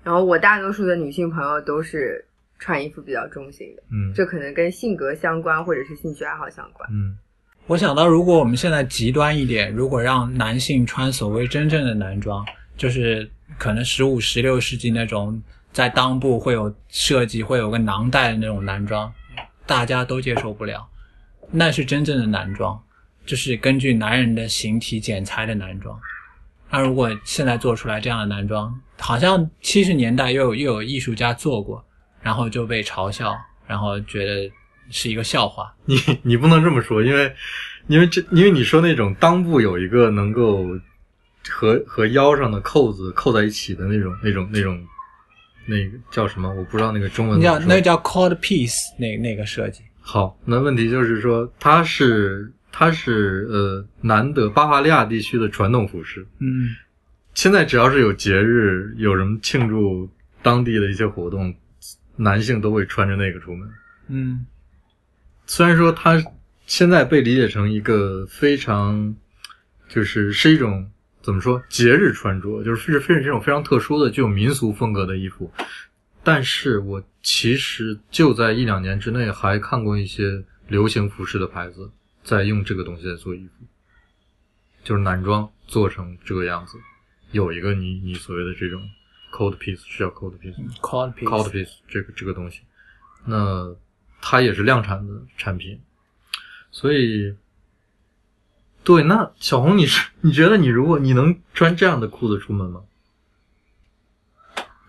S2: 然后我大多数的女性朋友都是穿衣服比较中性的，
S1: 嗯
S2: 这可能跟性格相关，或者是兴趣爱好相关。
S1: 嗯
S4: 我想到，如果我们现在极端一点，如果让男性穿所谓真正的男装，就是可能十五、十六世纪那种在裆部会有设计、会有个囊袋的那种男装，大家都接受不了。那是真正的男装，就是根据男人的形体剪裁的男装。那如果现在做出来这样的男装，好像七十年代又有又有艺术家做过，然后就被嘲笑，然后觉得是一个笑话。
S1: 你你不能这么说，因为因为这因为你说那种裆部有一个能够和和腰上的扣子扣在一起的那种那种那种那个叫什么？我不知道那个中文
S4: 那
S1: 怎
S4: 叫
S1: 么说。
S4: 那叫 cold piece 那那个设计，
S1: 好，那问题就是说，它是它是呃难得巴伐利亚地区的传统服饰。
S4: 嗯，
S1: 现在只要是有节日，有什么庆祝当地的一些活动，男性都会穿着那个出门。
S4: 嗯，
S1: 虽然说它现在被理解成一个非常，就是是一种怎么说节日穿着，就是非是这种非常特殊的具有民俗风格的衣服。但是我其实就在一两年之内还看过一些流行服饰的牌子在用这个东西在做衣服，就是男装做成这个样子，有一个你你所谓的这种 cold piece 是叫 cold piece 吗？
S4: cold piece，,
S1: Cold Piece 这个这个东西，那它也是量产的产品，所以对，那小红你是你觉得你如果你能穿这样的裤子出门吗？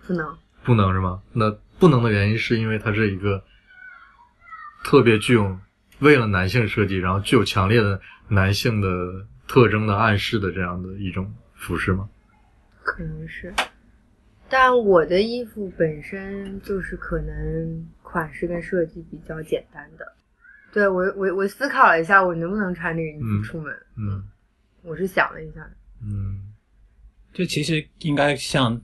S2: 不能，
S1: 不能是吗？那不能的原因是因为它是一个特别具有为了男性设计，然后具有强烈的男性的特征的暗示的这样的一种服饰吗？
S2: 可能是。但我的衣服本身就是可能款式跟设计比较简单的。对我，我我思考了一下，我能不能穿这个衣
S1: 嗯
S2: 服出门？
S1: 嗯
S2: 我是想了一下，
S1: 嗯
S4: 就其实应该像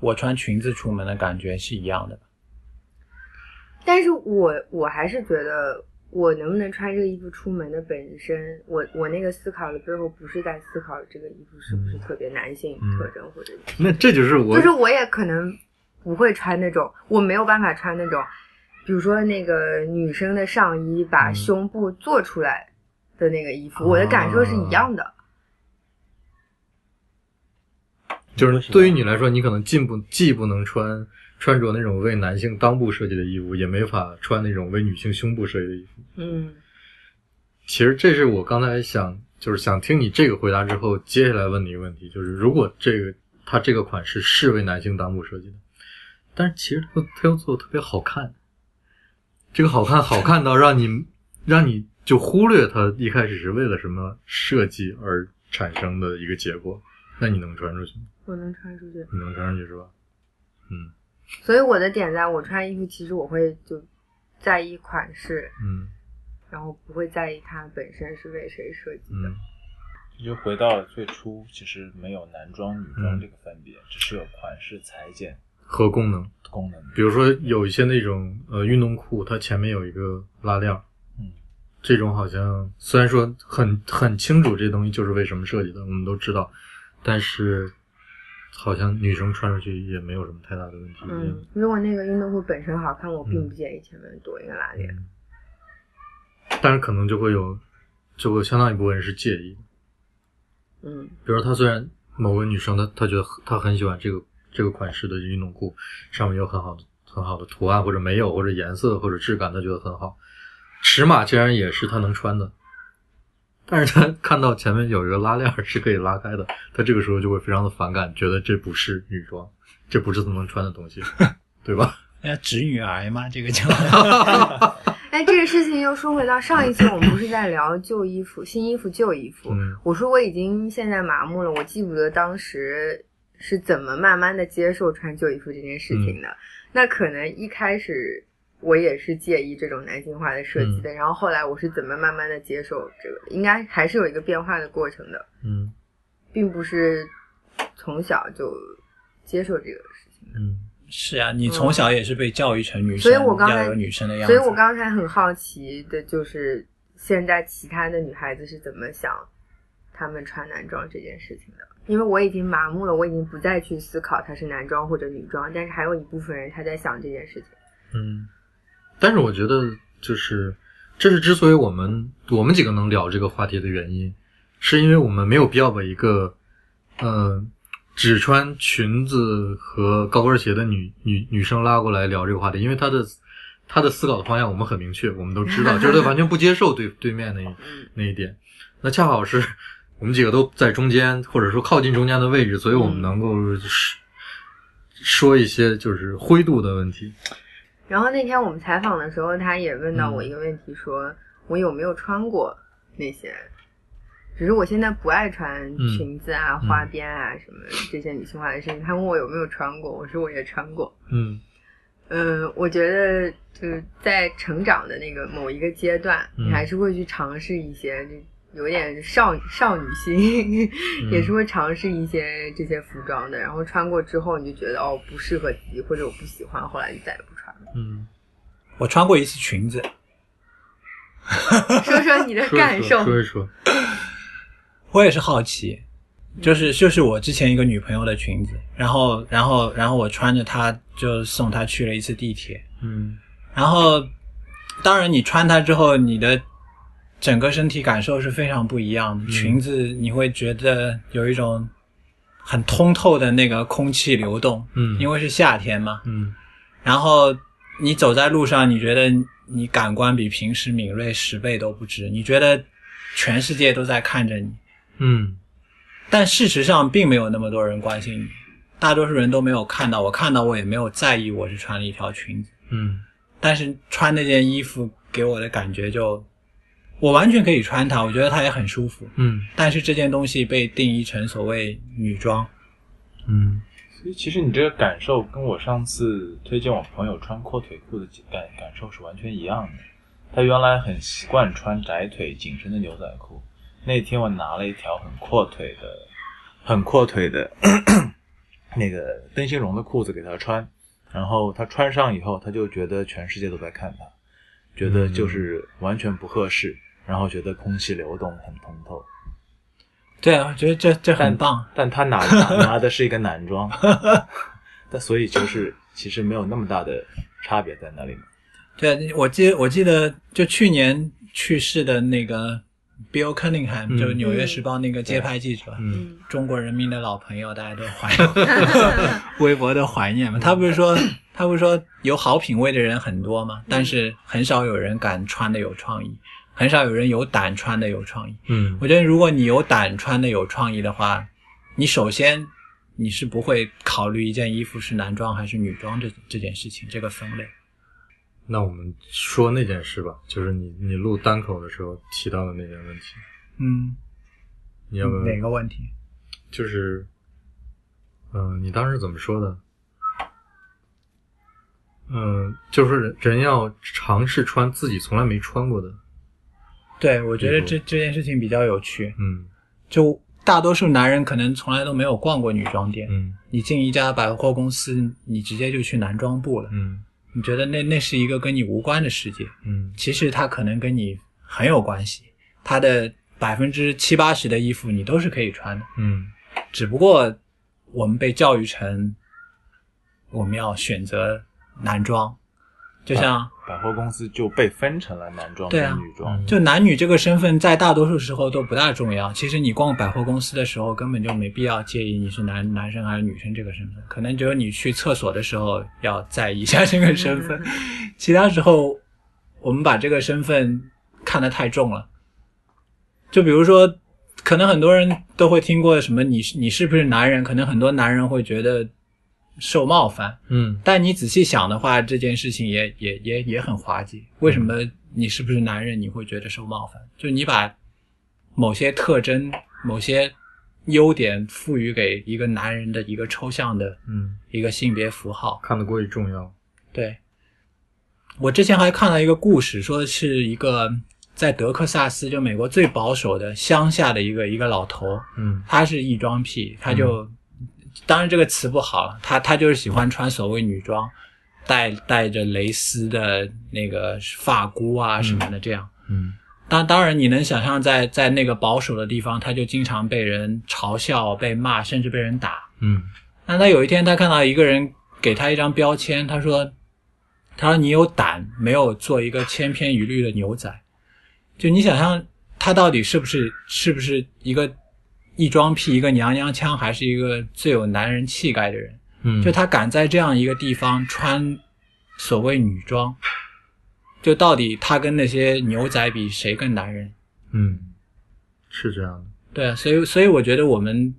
S4: 我穿裙子出门的感觉是一样的吧。
S2: 但是我我还是觉得，我能不能穿这个衣服出门的本身，我我那个思考的背后不是在思考这个衣服是不是特别男性
S1: 嗯
S2: 特征或者，
S1: 那这就是我
S2: 就是我也可能不会穿那种，我没有办法穿那种，比如说那个女生的上衣把
S1: 嗯
S2: 胸部做出来的那个衣服，我的感受是一样的。
S1: 就是对于你来说，你可能进不既不能穿穿着那种为男性裆部设计的衣服，也没法穿那种为女性胸部设计的衣服。
S2: 嗯，
S1: 其实这是我刚才想，就是想听你这个回答之后，接下来问你一个问题，就是如果这个它这个款式是为男性裆部设计的，但是其实它它又做的特别好看，这个好看好看到让你让你就忽略它一开始是为了什么设计而产生的一个结果，那你能穿出去吗？
S2: 我能穿出去。
S1: 你能穿出去是吧？嗯
S2: 所以我的点在我穿衣服，其实我会就在意款式，
S1: 嗯
S2: 然后不会在意它本身是为谁设计的。
S1: 嗯
S3: 就回到了最初，其实没有男装女
S1: 嗯
S3: 装这个分别，只是有款式、裁剪、
S1: 和功能，
S3: 功能。
S1: 比如说有一些那种呃运动裤，它前面有一个拉链儿。
S3: 嗯，
S1: 这种好像虽然说很很清楚这东西就是为什么设计的，我们都知道，但是好像女生穿出去也没有什么太大的问题。
S2: 嗯，如果那个运动裤本身好看，我并不介意前面多一个拉链。
S1: 嗯，但是可能就会有，就会有相当一部分人是介意的。
S2: 嗯
S1: 比如她虽然某个女生她她觉得她很喜欢这个这个款式的运动裤，上面有很好的很好的图案或者没有或者颜色或者质感，她觉得很好。尺码竟然也是她能穿的，但是她 看到前面有一个拉链儿是可以拉开的，她这个时候就会非常的反感，觉得这不是女装，这不是她能穿的东西，对吧？
S4: 那直女癌嘛，这个 叫
S2: 哎，这个事情又说回到上一期，我们不是在聊旧衣服、新衣服、旧衣服？
S1: 嗯
S2: 我说我已经现在麻木了，我记不得当时是怎么慢慢的接受穿旧衣服这件事情的。那可能一开始我也是介意这种男性化的设计的，然后后来我是怎么慢慢的接受这个的，应该还是有一个变化的过程的，
S1: 嗯
S2: 并不是从小就接受这个事情。
S1: 嗯
S4: 是啊，你从小也是被教育成女
S2: 嗯
S4: 生，
S2: 所以我刚才
S4: 要有女生的样
S2: 所
S4: 子。
S2: 以我刚才很好奇的就是，现在其他的女孩子是怎么想她们穿男装这件事情的？因为我已经麻木了，我已经不再去思考它是男装或者女装，但是还有一部分人他在想这件事情。
S1: 嗯，但是我觉得就是，这是之所以我们我们几个能聊这个话题的原因，是因为我们没有必要把一个，呃，只穿裙子和高跟鞋的女女女生拉过来聊这个话题，因为她的她的思考的方向我们很明确，我们都知道，就是她完全不接受对对面那一
S2: 嗯
S1: 那一点。那恰好是我们几个都在中间，或者说靠近中间的位置，所以我们
S2: 嗯
S1: 能够说说一些就是灰度的问题。
S2: 然后那天我们采访的时候，他也问到我一个问题说，我有没有穿过那些？只是我现在不爱穿裙子啊、
S1: 嗯
S2: 花边啊什么这些女性化的事情。他问我有没有穿过，我说我也穿过。
S1: 嗯
S2: 嗯，我觉得就是在成长的那个某一个阶段，
S1: 嗯
S2: 你还是会去尝试一些，就有点少少女心，
S1: 嗯
S2: 也是会尝试一些这些服装的。然后穿过之后，你就觉得哦不适合自己，或者我不喜欢，后来就再也不穿了。
S1: 嗯，
S4: 我穿过一次裙子，
S2: 说说你的
S1: 说
S2: 感
S1: 一说，
S2: 受，
S1: 说一说，
S4: 我也是好奇，就是就是我之前一个女朋友的裙子，然后然后然后我穿着它就送她去了一次地铁，
S1: 嗯
S4: 然后当然你穿它之后，你的整个身体感受是非常不一样的。裙子你会觉得有一种很通透的那个空气流动，
S1: 嗯
S4: 因为是夏天嘛，
S1: 嗯
S4: 然后你走在路上，你觉得你感官比平时敏锐十倍都不止，你觉得全世界都在看着你，
S1: 嗯
S4: 但事实上并没有那么多人关心你。大多数人都没有看到，我看到我也没有在意，我是穿了一条裙子。
S1: 嗯
S4: 但是穿那件衣服给我的感觉就，我完全可以穿它，我觉得它也很舒服。
S1: 嗯
S4: 但是这件东西被定义成所谓女装，
S1: 嗯
S3: 所以其实你这个感受跟我上次推荐我朋友穿阔腿裤的感感受是完全一样的。他原来很习惯穿窄腿紧身的牛仔裤，那天我拿了一条很阔腿的、很阔腿的 那个灯芯绒的裤子给他穿，然后他穿上以后，他就觉得全世界都在看他，觉得就是完全不合适，然后觉得空气流动很通透。
S4: 对啊，我觉得这这很棒。
S3: 但他拿拿 拿的是一个男 装，但所以就是其实没有那么大的差别在那里嘛。
S4: 对，我记我记得就去年去世的那个 Bill Cunningham，、
S1: 嗯
S4: 就《纽约时报》那个街拍记者，
S1: 嗯
S4: 中国人民的老朋友，大家都怀
S2: 嗯
S4: 微博的怀念嘛。他不是说他不是说有好品味的人很多嘛，但是很少有人敢穿的有创意，很少有人有胆穿的有创意。
S1: 嗯
S4: 我觉得如果你有胆穿的有创意的话，你首先你是不会考虑一件衣服是男装还是女装这这件事情这个分类。
S1: 那我们说那件事吧，就是你你录单口的时候提到的那件问题，
S4: 嗯，
S1: 你要不要
S4: 哪个问题？
S1: 就是，嗯、你当时怎么说的？嗯、就是人人要尝试穿自己从来没穿过的，
S4: 对，我觉得
S1: 比
S4: 这这件事情比较有趣。
S1: 嗯
S4: 就大多数男人可能从来都没有逛过女装店，
S1: 嗯
S4: 你进一家百货公司，你直接就去男装部了，
S1: 嗯
S4: 你觉得那那是一个跟你无关的世界，
S1: 嗯
S4: 其实它可能跟你很有关系。它的百分之七八十的衣服你都是可以穿的，
S1: 嗯
S4: 只不过我们被教育成我们要选择男装，就像、
S3: 百货公司就被分成了男装
S4: 对
S3: 跟
S4: 啊
S3: 女装，
S1: 嗯
S4: 就男女这个身份，在大多数时候都不大重要。其实你逛百货公司的时候，根本就没必要介意你是男男生还是女生这个身份，可能只有你去厕所的时候要在意一下这个身份，其他时候我们把这个身份看得太重了。就比如说，可能很多人都会听过什么你是你是不是男人，可能很多男人会觉得受冒犯，
S1: 嗯
S4: 但你仔细想的话，这件事情也也也也很滑稽。为什么你是不是男人，你会觉得受冒犯？就你把某些特征、某些优点赋予给一个男人的一个抽象的
S1: 嗯，
S4: 一个性别符号。
S1: 看得过于重要，
S4: 对，我之前还看到一个故事，说是一个在德克萨斯，就美国最保守的乡下的一个一个老头，
S1: 嗯
S4: 他是异装癖，他就、当然这个词不好了，他他就是喜欢穿所谓女装，带带着蕾丝的那个发箍啊什么的这样。
S1: 嗯
S4: 当当然，你能想象在在那个保守的地方，他就经常被人嘲笑、被骂，甚至被人打。
S1: 嗯
S4: 那他有一天，他看到一个人给他一张标签，他说：“他说你有胆，没有做一个千篇一律的牛仔。”就你想象他到底是不是是不是一个一装癖、一个娘娘腔，还是一个最有男人气概的人？
S1: 嗯，
S4: 就他敢在这样一个地方穿所谓女装，就到底他跟那些牛仔比，谁更男人？
S1: 嗯是这样的，
S4: 对啊，所以所以我觉得我们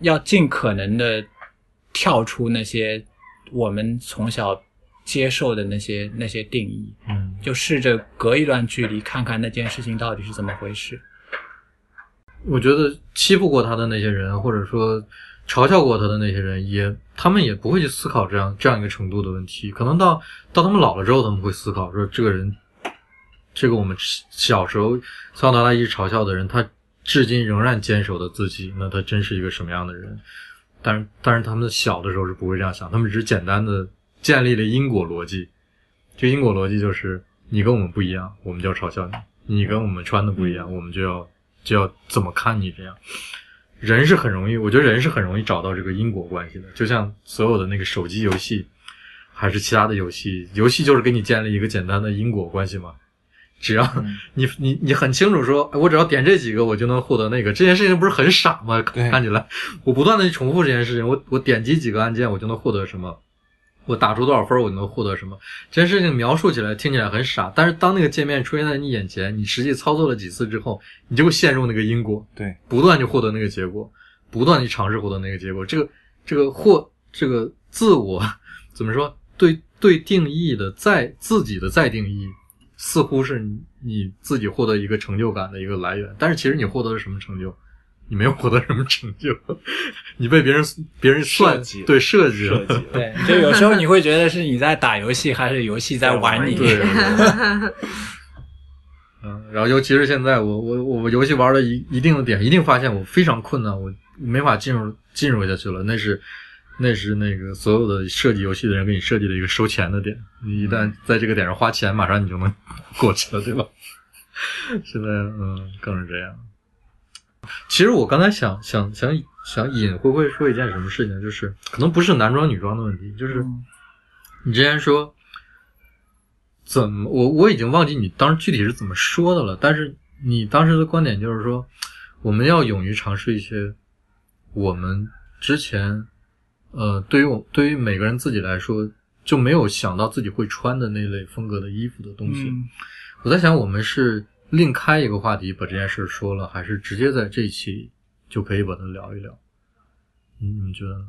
S4: 要尽可能的跳出那些我们从小接受的那些那些定义，
S1: 嗯
S4: 就试着隔一段距离看看那件事情到底是怎么回事。
S1: 我觉得欺负过他的那些人，或者说嘲笑过他的那些人，也他们也不会去思考这样这样一个程度的问题。可能到到他们老了之后，他们会思考说，这个人，这个我们小时候从小到大一直嘲笑的人，他至今仍然坚守的自己，那他真是一个什么样的人？但是，但是他们小的时候是不会这样想，他们只简单的建立了因果逻辑。这因果逻辑就是，你跟我们不一样，我们就要嘲笑你；你跟我们穿的不一样，我们就要就要怎么看你这样。人是很容易，我觉得人是很容易找到这个因果关系的。就像所有的那个手机游戏，还是其他的游戏，游戏就是给你建立一个简单的因果关系嘛。只要
S3: 嗯
S1: 你你你很清楚说，哎我只要点这几个，我就能获得那个。这件事情不是很傻吗？
S3: 对
S1: 看起来，我不断的去重复这件事情，我我点击几个按键，我就能获得什么。我打出多少分儿，我就能获得什么？这件事情描述起来听起来很傻，但是当那个界面出现在你眼前，你实际操作了几次之后，你就会陷入那个因果，
S3: 对，
S1: 不断去获得那个结果，不断去尝试获得那个结果。这个这个或这个自我怎么说对对定义的再自己的再定义，似乎是你你自己获得一个成就感的一个来源，但是其实你获得了什么成就？你没有获得什么成就， 你被别人别人算
S3: 设计
S1: 对设计
S3: 设
S1: 了
S3: 计，
S4: 对，就有时候你会觉得是你在打游戏，还是游戏在玩你？
S1: 对，嗯，然后尤其是现在，我我我游戏玩了一一定的点，一定发现我非常困难，我没法进入进入下去了。那是那是那个所有的设计游戏的人给你设计的一个收钱的点，你一
S4: 嗯
S1: 旦在这个点上花钱，马上你就能 过去了，对吧？ 现在嗯，更是这样。其实我刚才想想想想隐晦晦说一件什么事情，就是可能不是男装女装的问题，就是
S4: 嗯
S1: 你之前说怎么我我已经忘记你当时具体是怎么说的了，但是你当时的观点就是说，我们要勇于尝试一些我们之前呃对于我对于每个人自己来说就没有想到自己会穿的那类风格的衣服的东 西。
S4: 嗯
S1: 我在想，我们是另开一个话题把这件事说了，还是直接在这一期就可以把它聊一聊？你你们觉得呢？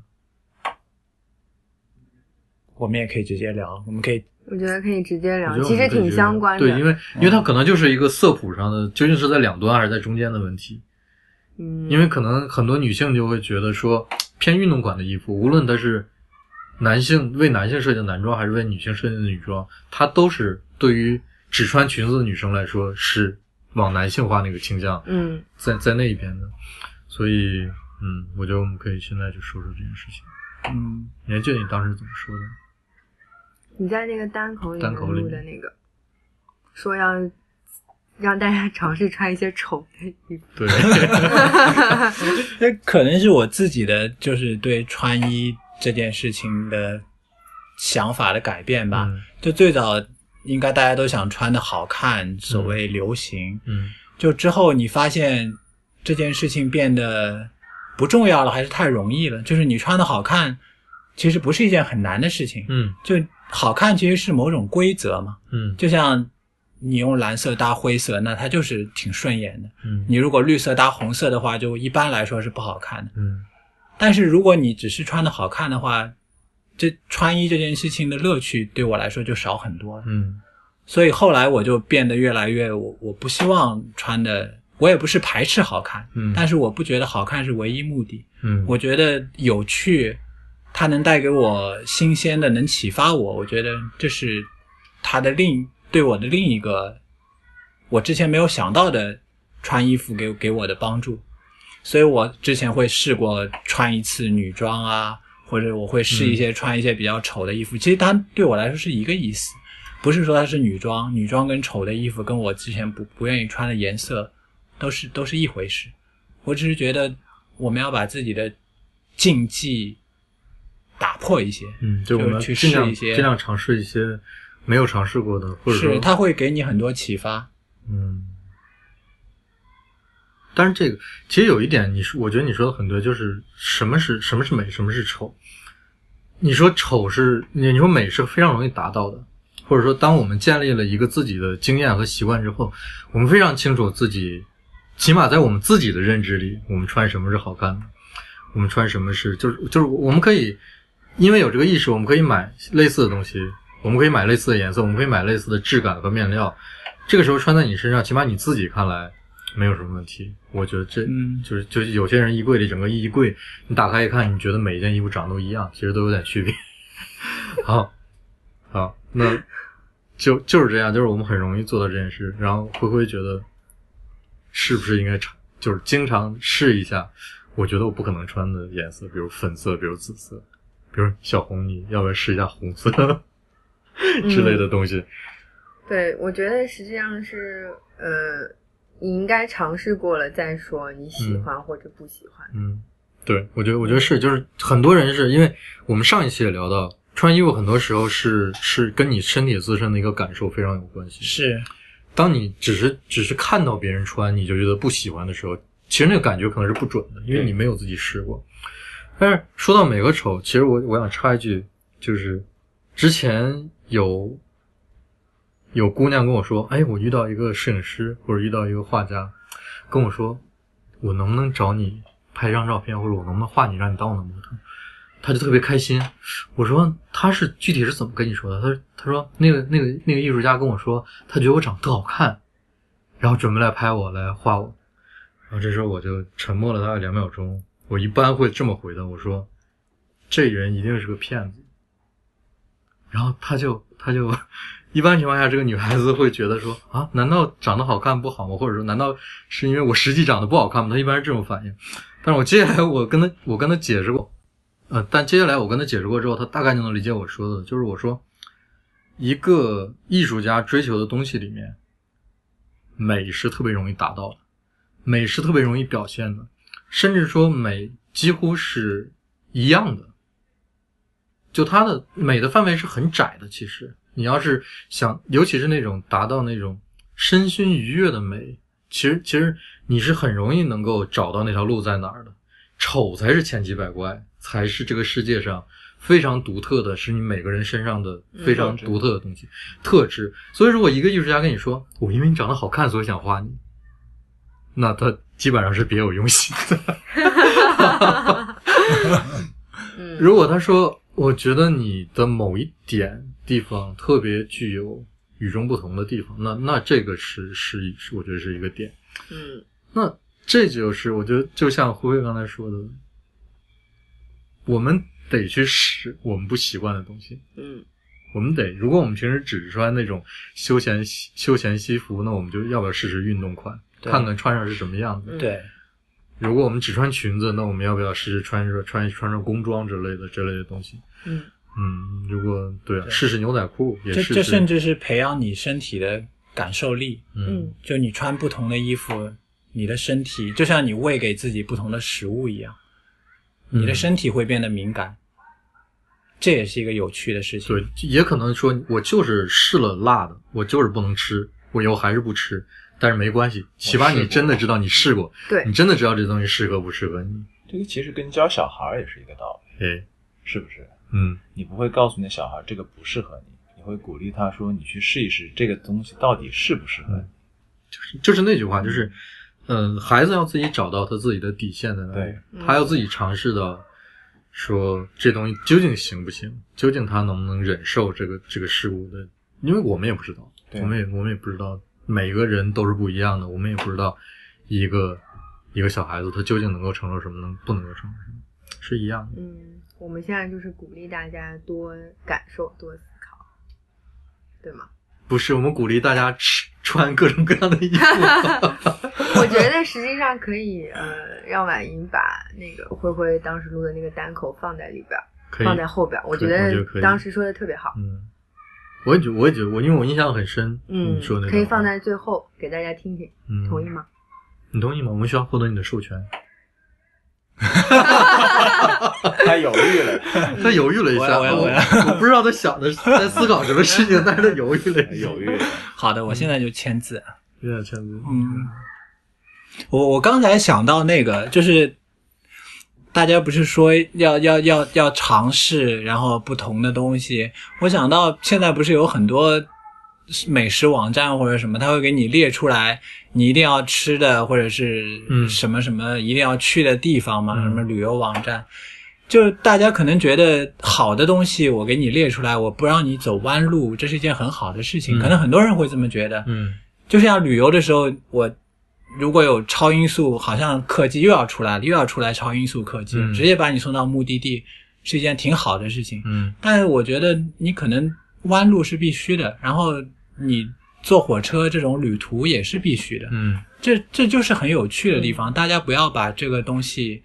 S4: 我们也可以直接聊，我们可以
S2: 我觉得可以直接
S1: 我
S2: 聊
S1: 觉，得我
S2: 其实
S1: 们可以
S2: 挺
S1: 直接
S2: 相关的。
S1: 对，因为因为它可能就是一个色谱上的，究竟是在两端还是在中间的问题。
S2: 嗯，
S1: 因为可能很多女性就会觉得说，偏运动款的衣服，无论它是男性为男性设计的男装，还是为女性设计的女装，它都是对于只穿裙子的女生来说是往男性化那个倾向
S2: 嗯，
S1: 在在那一边的。所以，嗯，我觉得我们可以现在就说说这件事情。
S4: 嗯。
S1: 你还记得你当时怎么说的吗？
S2: 你在那个单口里面
S1: 单口里
S2: 录
S1: 面
S2: 的那个，说要让大家尝试穿一些丑的衣服。
S1: 对，
S4: 那可能是我自己的，就是对穿衣这件事情的想法的改变吧。
S1: 嗯
S4: 就最早应该大家都想穿的好看，所谓流行。
S1: 嗯
S4: 就之后你发现这件事情变得不重要了，还是太容易了。就是你穿的好看，其实不是一件很难的事情。
S1: 嗯
S4: 就好看其实是某种规则嘛，
S1: 嗯
S4: 就像你用蓝色搭灰色，那它就是挺顺眼的。
S1: 嗯
S4: 你如果绿色搭红色的话，就一般来说是不好看的。
S1: 嗯
S4: 但是如果你只是穿的好看的话，这穿衣这件事情的乐趣对我来说就少很多了。
S1: 嗯
S4: 所以后来我就变得越来越，我我不希望穿的，我也不是排斥好看，
S1: 嗯
S4: 但是我不觉得好看是唯一目的，
S1: 嗯，
S4: 我觉得有趣，它能带给我新鲜的，能启发我，我觉得这是它的另对我的另一个我之前没有想到的穿衣服给给我的帮助，所以我之前会试过穿一次女装啊，或者我会试一些穿一些比较丑的衣服，其实它对我来说是一个意思，不是说它是女装，女装跟丑的衣服跟我之前不不愿意穿的颜色都是都是一回事，我只是觉得我们要把自己的禁忌打破一些，
S1: 嗯，就我们
S4: 去
S1: 尽
S4: 试
S1: 量
S4: 一些
S1: 尽量尝试一些没有尝试过的，或者
S4: 是
S1: 说
S4: 它会给你很多启发，
S1: 嗯。但是这个其实有一点，你说我觉得你说的很对，就是什么是什么是美，什么是丑。你说丑是你你说美是非常容易达到的，或者说当我们建立了一个自己的经验和习惯之后，我们非常清楚自己，起码在我们自己的认知里，我们穿什么是好看的，我们穿什么是就是就是我们可以，因为有这个意识，我们可以买类似的东西，我们可以买类似的颜色，我们可以买类似的质感和面料。这个时候穿在你身上，起码你自己看来没有什么问题。我觉得这，
S4: 嗯
S1: 就是就是有些人衣柜里整个衣柜，你打开一看，你觉得每一件衣服长得都一样，其实都有点区别。 好，好，那就就是这样，就是我们很容易做到这件事。然后灰灰觉得是不是应该尝，就是经常试一下？我觉得我不可能穿的颜色，比如粉色，比如紫色，比如小红，你要不要试一下红色 之类的东西？
S2: 对，我觉得实际上是呃，你应该尝试过了再说你喜
S1: 嗯
S2: 欢或者不喜欢。
S1: 嗯，对，我觉得我觉得是，就是很多人是因为我们上一期也聊到，穿衣服很多时候是是跟你身体自身的一个感受非常有关系。
S4: 是
S1: 当你只是只是看到别人穿，你就觉得不喜欢的时候，其实那个感觉可能是不准的，因为
S3: 对
S1: 你没有自己试过。但是说到美和丑，其实我我想插一句，就是之前有有姑娘跟我说，哎，我遇到一个摄影师或者遇到一个画家，跟我说，我能不能找你拍张照片，或者我能不能画你，让你当我的模特？他就特别开心。我说他是具体是怎么跟你说的？他说他说那个那个那个艺术家跟我说，他觉得我长得特好看，然后准备来拍我来画我。然后这时候我就沉默了大概两秒钟。我一般会这么回的，我说这人一定是个骗子。然后他就他就一般情况下，这个女孩子会觉得说啊，难道长得好看不好吗？或者说，难道是因为我实际长得不好看吗？她一般是这种反应。但是我接下来我跟她我跟她解释过，呃，但接下来我跟她解释过之后，她大概就能理解我说的，就是我说，一个艺术家追求的东西里面，美是特别容易达到的，美是特别容易表现的，甚至说美几乎是一样的，就它的美的范围是很窄的，其实。你要是想，尤其是那种达到那种身心愉悦的美，其实其实你是很容易能够找到那条路在哪儿的。丑才是千奇百怪，才是这个世界上非常独特的，是你每个人身上的非常独特的东西、特质。所以，如果一个艺术家跟你说“我因为你长得好看，所以想画你”，那他基本上是别有用心的。
S2: 嗯，
S1: 如果他说，我觉得你的某一点地方特别具有与众不同的地方，那那这个是是是，我觉得是一个点。
S2: 嗯
S1: 那这就是我觉得，就像辉辉刚才说的，我们得去使我们不习惯的东西。
S2: 嗯
S1: 我们得，如果我们平时只穿那种休闲西休闲西服，那我们就要不要试试运动款，
S4: 对
S1: 看看穿上是什么样子？
S2: 嗯
S4: 对，
S1: 如果我们只穿裙子，那我们要不要试试穿着穿穿上工装之类的之类的东西？
S2: 嗯
S1: 嗯，如果对啊，
S4: 对
S1: 试试牛仔裤也
S4: 这
S1: 试试，
S4: 这甚至是培养你身体的感受力。
S1: 嗯
S2: 嗯
S4: 就你穿不同的衣服，你的身体就像你喂给自己不同的食物一样，
S1: 嗯
S4: 你的身体会变得敏感。这也是一个有趣的事情。
S1: 对，也可能说我就是试了辣的，我就是不能吃，我以后还是不吃，但是没关系，起码你真的知道你试过，
S2: 对
S1: 你真的知道这东西适合不适合你，
S3: 这个其实跟教小孩儿也是一个道理，
S1: 哎，
S3: 是不是？
S1: 嗯
S3: 你不会告诉你的小孩这个不适合你，你会鼓励他说你去试一试这个东西到底适不适合 你。
S1: 就是那句话，就是，嗯、孩子要自己找到他自己的底线在哪里
S3: 对，
S1: 他要自己尝试的，说这东西究竟行不行，究竟他能不能忍受这个这个事物的，因为我们也不知道，
S3: 对
S1: 我们也我们也不知道，每个人都是不一样的，我们也不知道一个一个小孩子他究竟能够承受什么，能不能够承受什么，是一样的。
S2: 嗯，我们现在就是鼓励大家多感受、多思考，对吗？
S1: 不是，我们鼓励大家吃穿各种各样的衣 服，
S2: 我觉得实际上可以，呃，让婉莹把那个灰灰当时录的那个单口放在里边儿，
S1: 可以
S2: 放在后边儿。我
S1: 可以
S2: 觉
S1: 我觉
S2: 得
S1: 得可以
S2: 当时说的特别好，
S1: 嗯，我也觉，我也觉，我因为我印象很深，
S2: 嗯
S1: 你说的那，
S2: 可以
S1: 段
S2: 放
S1: 话
S2: 在最后给大家听听，
S1: 嗯
S2: 同意吗？
S1: 你同意吗？我们需要获得你的授权。
S3: 他犹豫 了，
S1: 他犹豫了一下，
S4: 我要
S1: 我
S4: 我要
S1: 我不知道他想的是 在思考什么事 情，但是他犹豫了一下。
S3: 犹 豫了。
S4: 好
S1: 嗯
S4: 的，我现在就签字。
S1: 有点圈子。
S4: 嗯，我我刚才想到那个，就是大家不是说要要要要尝试，然后不同的东西。我想到现在不是有很多美食网站或者什么，它会给你列出来你一定要吃的，或者是
S1: 嗯
S4: 什么什么一定要去的地方嘛，
S1: 嗯
S4: 什么旅游网站。就是大家可能觉得好的东西，我给你列出来，我不让你走弯路，这是一件很好的事情。
S1: 嗯
S4: 可能很多人会这么觉得，
S1: 嗯
S4: 就像旅游的时候，我如果有超音速，好像客机又要出来了，又要出来超音速客机，
S1: 嗯
S4: 直接把你送到目的地，是一件挺好的事情。
S1: 嗯
S4: 但是我觉得你可能弯路是必须的，然后你坐火车这种旅途也是必须的。
S1: 嗯
S4: 这这就是很有趣的地方，大家不要把这个东西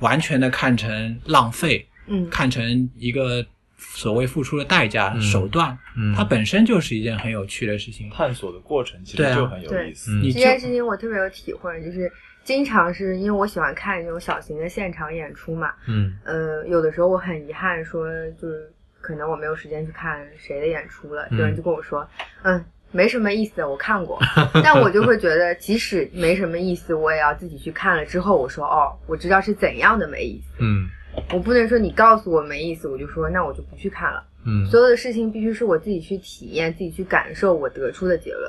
S4: 完全的看成浪费，
S2: 嗯，
S4: 看成一个所谓付出的代价、
S1: 嗯
S4: 手段，
S1: 嗯，
S4: 它本身就是一件很有趣的事情。
S3: 探索的过程其
S4: 对
S3: 实
S4: 啊
S3: 就很有意思。
S1: 嗯
S4: 你
S2: 这
S4: 就
S2: 件事情我特别有体会，就是经常是因为我喜欢看这种小型的现场演出嘛，
S1: 嗯
S2: 呃，有的时候我很遗憾说，就是可能我没有时间去看谁的演出了，
S1: 嗯
S2: 有人就跟我说，嗯，没什么意思，我看过， 但我就会觉得，即使没什么意思，我也要自己去看了之后，我说，哦，我知道是怎样的没意思，
S1: 嗯
S2: 我不能说你告诉我没意思，我就说那我就不去看了。
S1: 嗯，
S2: 所有的事情必须是我自己去体验、自己去感受，我得出的结论。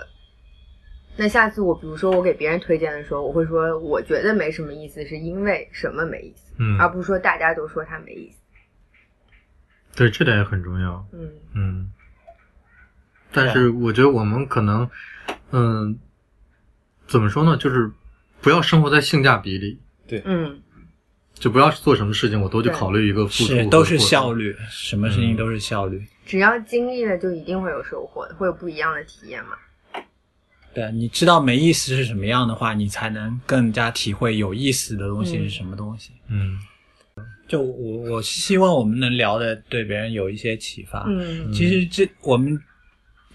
S2: 那下次我比如说我给别人推荐的时候，我会说我觉得没什么意思，是因为什么没意思，
S1: 嗯
S3: 啊
S2: 而不是说大家都说它没意思。
S1: 对，这点也很重要。
S2: 嗯，
S1: 嗯，但是我觉得我们可能，嗯，怎么说呢？就是不要生活在性价比里，
S2: 嗯，
S1: 就不要做什么事情我都去
S2: 对
S1: 考虑一个付出嗯
S4: 是
S1: 和
S4: 都是
S1: 获得
S4: 效。率，什么事情都是效率。
S2: 只要经历了，就一定会有收获，会有不一样的体验嘛。
S4: 对，啊你知道没意思是什么样的话，你才能更加体会有意思的东西是什么东西。
S1: 嗯，
S4: 就我我希望我们能聊的对别人有一些启发。
S2: 嗯
S4: 其实这我们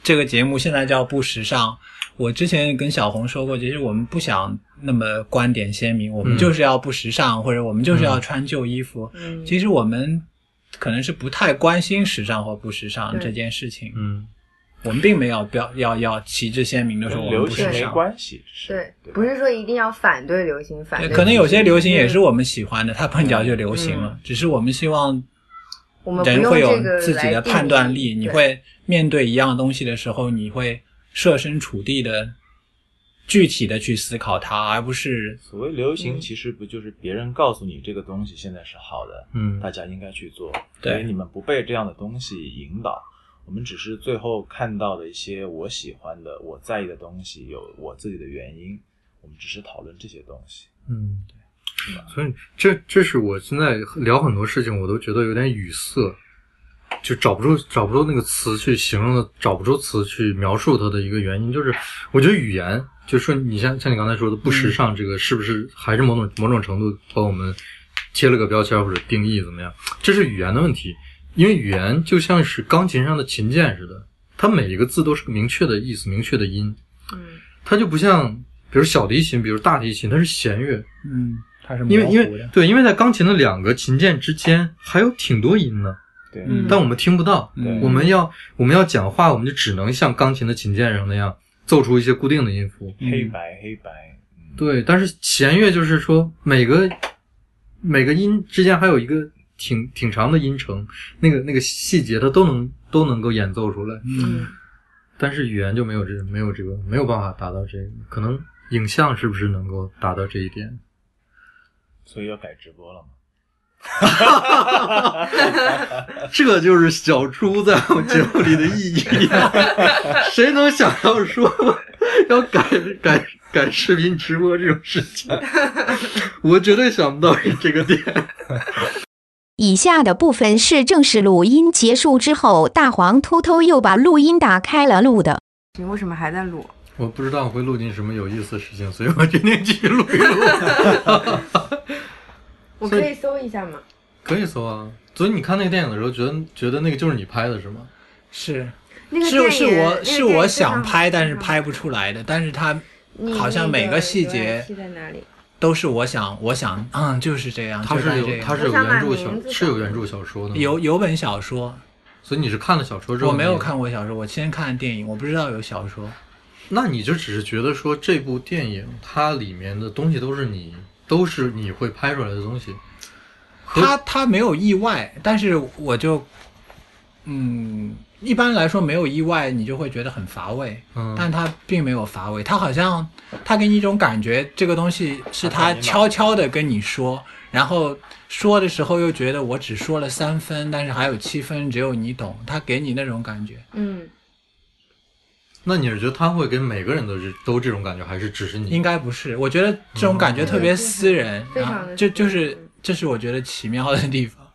S4: 这个节目现在叫不时尚。我之前跟小红说过，其实我们不想那么观点鲜明，我们
S1: 嗯
S4: 就是要不时尚，或者我们就是要穿旧衣服。
S2: 嗯，
S4: 其实我们可能是不太关心时尚或不时尚
S2: 对
S4: 这件事情，
S1: 嗯，
S4: 我们并没有标要要旗帜鲜明的说我们
S3: 流
S4: 不时
S3: 行没
S4: 尚。
S3: 关系，是
S2: 对，不
S3: 吧
S2: 是说一定要反对流行，反
S4: 对
S2: 对
S4: 可能有些流行也是
S2: 嗯
S4: 我们喜欢的，它碰巧就流行了。只是我们希望
S2: 我们不
S4: 人
S2: 用
S4: 会有
S2: 这个
S4: 自己
S2: 来
S4: 的
S2: 定
S4: 判断力，
S2: 义
S4: 你
S2: 对
S4: 会面对一样东西的时候，你会设身处地的、具体的去思考它，而不是
S3: 所谓流行，
S2: 嗯
S3: 其实不就是别人告诉你这个东西现在是好的，
S1: 嗯
S3: 大家应该去做。
S4: 对
S3: 所以你们不被这样的东西引导，我们只是最后看到的一些我喜欢的、我在意的东西，有我自己的原因，我们只是讨论这些东西。
S1: 嗯，所以这这是我现在聊很多事情，我都觉得有点语塞，就找不出找不出那个词去形容的，找不出词去描述它的一个原因，就是我觉得语言，就说你像像你刚才说的不时尚，这个是不是还是某种某种程度把我们贴了个标签或者定义怎么样？这是语言的问题，因为语言就像是钢琴上的琴键似的，它每一个字都是个明确的意思、明确的音，
S2: 嗯
S1: 它就不像比如小提琴，比如大提琴，它是弦乐。
S4: 嗯，它是模
S1: 因为因
S4: 糊
S1: 为
S4: 的。
S1: 对，因为在钢琴的两个琴键之间还有挺多音呢，
S3: 对，
S4: 嗯
S1: 但我们听不到。
S4: 嗯
S1: 我们要我们要讲话，我们就只能像钢琴的琴键上那样奏出一些固定的音符。
S4: 嗯
S3: 黑白黑白，嗯，
S1: 对，但是弦乐就是说每个每个音之间还有一个挺挺长的音程，那个那个细节它都能都能够演奏出来。
S4: 嗯
S2: 嗯，
S1: 但是语言就没有这没有这个没有办法达到这个，可能影像是不是能够达到这一点？
S3: 所以要改直播了嘛？
S1: 这就是小猪在我们节目里的意义。谁能想到说要改改改视频直播这种事情？我绝对想不到这个点。
S5: 以下的部分是正式录音结束之后，大黄偷偷又把录音打开了录的。
S2: 你为什么还在录？
S1: 我不知道会录进什么有意思的事情，所以我决定继续录一 录。
S2: 我可以搜一下吗？
S1: 可以搜啊。所以你看那个电影的时候，觉得觉得那个就是你拍的是吗？
S4: 是
S2: 那个
S4: 是
S2: 电
S4: 是
S2: 影
S4: 我是我想拍，但是拍不。
S2: 那个电影非常好看
S4: 出来的，但是它
S2: 嗯你
S4: 好像
S2: 那
S4: 每
S2: 个
S4: 个细
S2: 浏览
S4: 节
S2: 器在哪里？
S4: 都是我想我想嗯就是这样，
S1: 它
S4: 就该
S1: 是
S4: 这
S1: 有
S4: 样
S1: 它是有
S2: 我想
S1: 原
S2: 把
S1: 著
S2: 名字
S1: 小
S2: 找
S1: 是有原著小说的吗
S4: 有，有本小说，
S1: 所以你是看了小说之后
S4: 我没有
S1: 你
S4: 看过小说，我先看电影，我不知道有小说。
S1: 那你就只是觉得说这部电影它里面的东西都是你都是你会拍出来的东西，和
S4: 他他没有意外，但是我就，嗯，一般来说没有意外，你就会觉得很乏味。
S1: 嗯
S4: 但他并没有乏味，他好像他给你一种感觉，这个东西是
S3: 他
S4: 他
S3: 把你
S4: 悄悄的跟你说，然后说的时候又觉得我只说了三分，但是还有七分只有你懂，他给你那种感觉。
S2: 嗯，
S1: 那你是觉得他会给每个人都是都这种感觉，还是只是你？
S4: 应该不是，我觉得这种感觉特别私人，
S2: 嗯非
S4: 然
S2: 常
S4: 后
S2: 地
S4: 就
S2: 私
S4: 就是
S2: 人
S4: 这是我觉得奇妙的地方，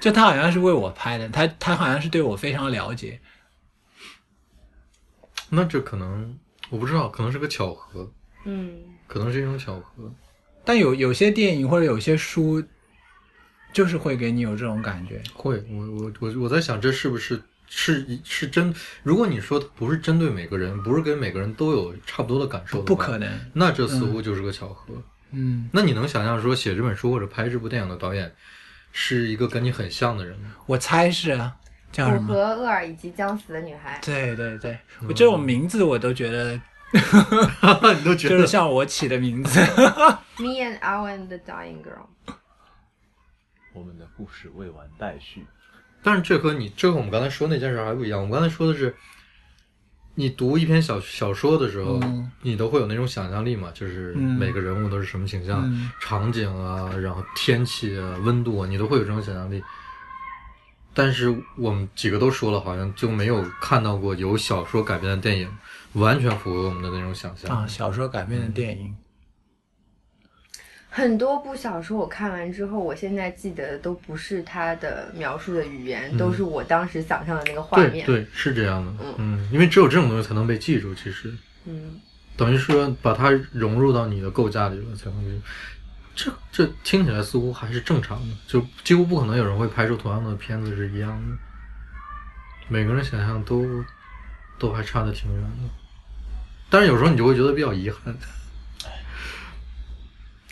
S4: 就他好像是为我拍的，他他好像是对我非常了解，
S1: 那这可能我不知道，可能是个巧合，
S2: 嗯
S1: 可能是一种巧合。
S4: 但有有些电影或者有些书，就是会给你有这种感觉，
S1: 会，我我我我在想，这是不是是一是针？如果你说它不是针对每个人，不是给每个人都有差不多的感受的
S4: 不
S1: 话
S4: 可。能，
S1: 那这似乎就是个巧合。
S4: 嗯，
S1: 那你能想象说写这本书或者拍这部电影的导演是一个跟你很像的人吗？
S4: 我猜是啊，叫什
S2: 我
S4: 么？
S2: 和厄尔以及将死的女孩。
S4: 对对对，我这种名字我都觉得，
S1: 你都觉
S4: 就是像我起的名字，
S2: Me and Owen the Dying Girl。
S3: 我们的故事未完待续。
S1: 但是这和你这和我们刚才说那件事还不一样。我们刚才说的是，你读一篇小小说的时候，
S4: 嗯
S1: 你都会有那种想象力嘛，就是
S4: 嗯
S1: 每个人物都是什么形象、
S4: 嗯
S1: 场景啊，然后天气啊、温度啊，你都会有这种想象力。但是我们几个都说了，好像就没有看到过有小说改编的电影完全符合我们的那种想象
S4: 啊，小说改编的电影，
S2: 很多部小说我看完之后，我现在记得都不是它的描述的语言，
S1: 嗯
S2: 都是我当时想象的那个画
S1: 对
S2: 面。
S1: 对，是这样的
S2: 嗯。
S1: 嗯，因为只有这种东西才能被记住，其实
S2: 嗯，
S1: 等于说把它融入到你的构架里了，才会这这听起来似乎还是正常的，就几乎不可能有人会拍出同样的片子是一样的。每个人想象都都还差的挺远的，但是有时候你就会觉得比较遗憾。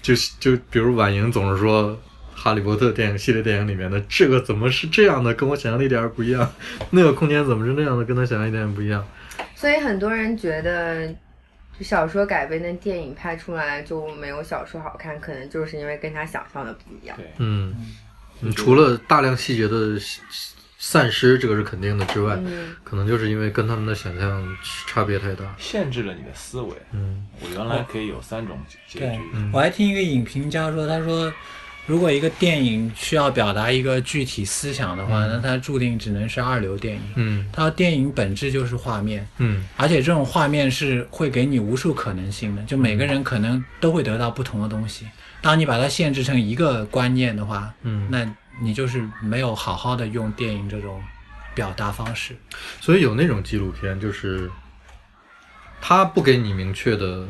S1: 就是就比如婉莹总是说《哈利波特》电影系列电影里面的这个怎么是这样的，跟我想象的一点儿也不一样；那个空间怎么是那样的，跟他想象一点也不一样。
S2: 所以很多人觉得，就小说改编的电影拍出来就没有小说好看，可能就是因为跟他想象的不一样。
S3: 对，
S1: 嗯，嗯除了大量细节的散散失，这个是肯定的之外，
S2: 嗯，
S1: 可能就是因为跟他们的想象差别太大。
S3: 限制了你的思维。
S1: 嗯
S3: 我原来可以有三种结
S4: 对
S3: 局，
S1: 嗯
S4: 我还听一个影评家说，他说，如果一个电影需要表达一个具体思想的话，
S1: 嗯
S4: 那它注定只能是二流电影。
S1: 嗯
S4: 它电影本质就是画面，
S1: 嗯
S4: 而且这种画面是会给你无数可能性的，就每个人可能都会得到不同的东西。当你把它限制成一个观念的话，
S1: 嗯，
S4: 那你就是没有好好的用电影这种表达方式。
S1: 所以有那种纪录片，就是他不给你明确的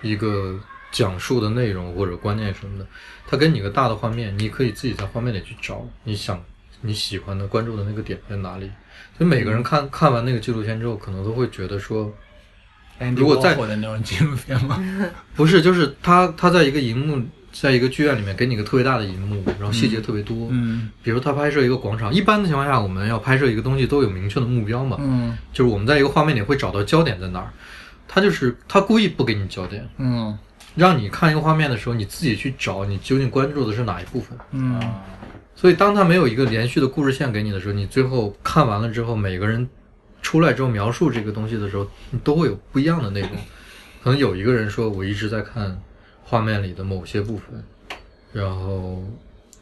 S1: 一个讲述的内容或者观念什么的，他给你个大的画面，你可以自己在画面里去找你想你喜欢的、关注的那个点在哪里。所以每个人看看完那个纪录片之后，可能都会觉得说，如果在
S4: 火的那种纪录片 吗？
S1: 不是，就是他他在一个荧幕，在一个剧院里面给你一个特别大的荧幕，然后细节特别多。
S4: 嗯
S1: 比如他拍摄一个广场，一般的情况下，我们要拍摄一个东西都有明确的目标嘛，
S4: 嗯
S1: 就是我们在一个画面里会找到焦点在哪儿。他就是他故意不给你焦点，
S4: 嗯
S1: 让你看一个画面的时候，你自己去找你究竟关注的是哪一部分。
S4: 嗯
S1: 所以当他没有一个连续的故事线给你的时候，你最后看完了之后，每个人出来之后描述这个东西的时候，你都会有不一样的内容。可能有一个人说我一直在看画面里的某些部分，然后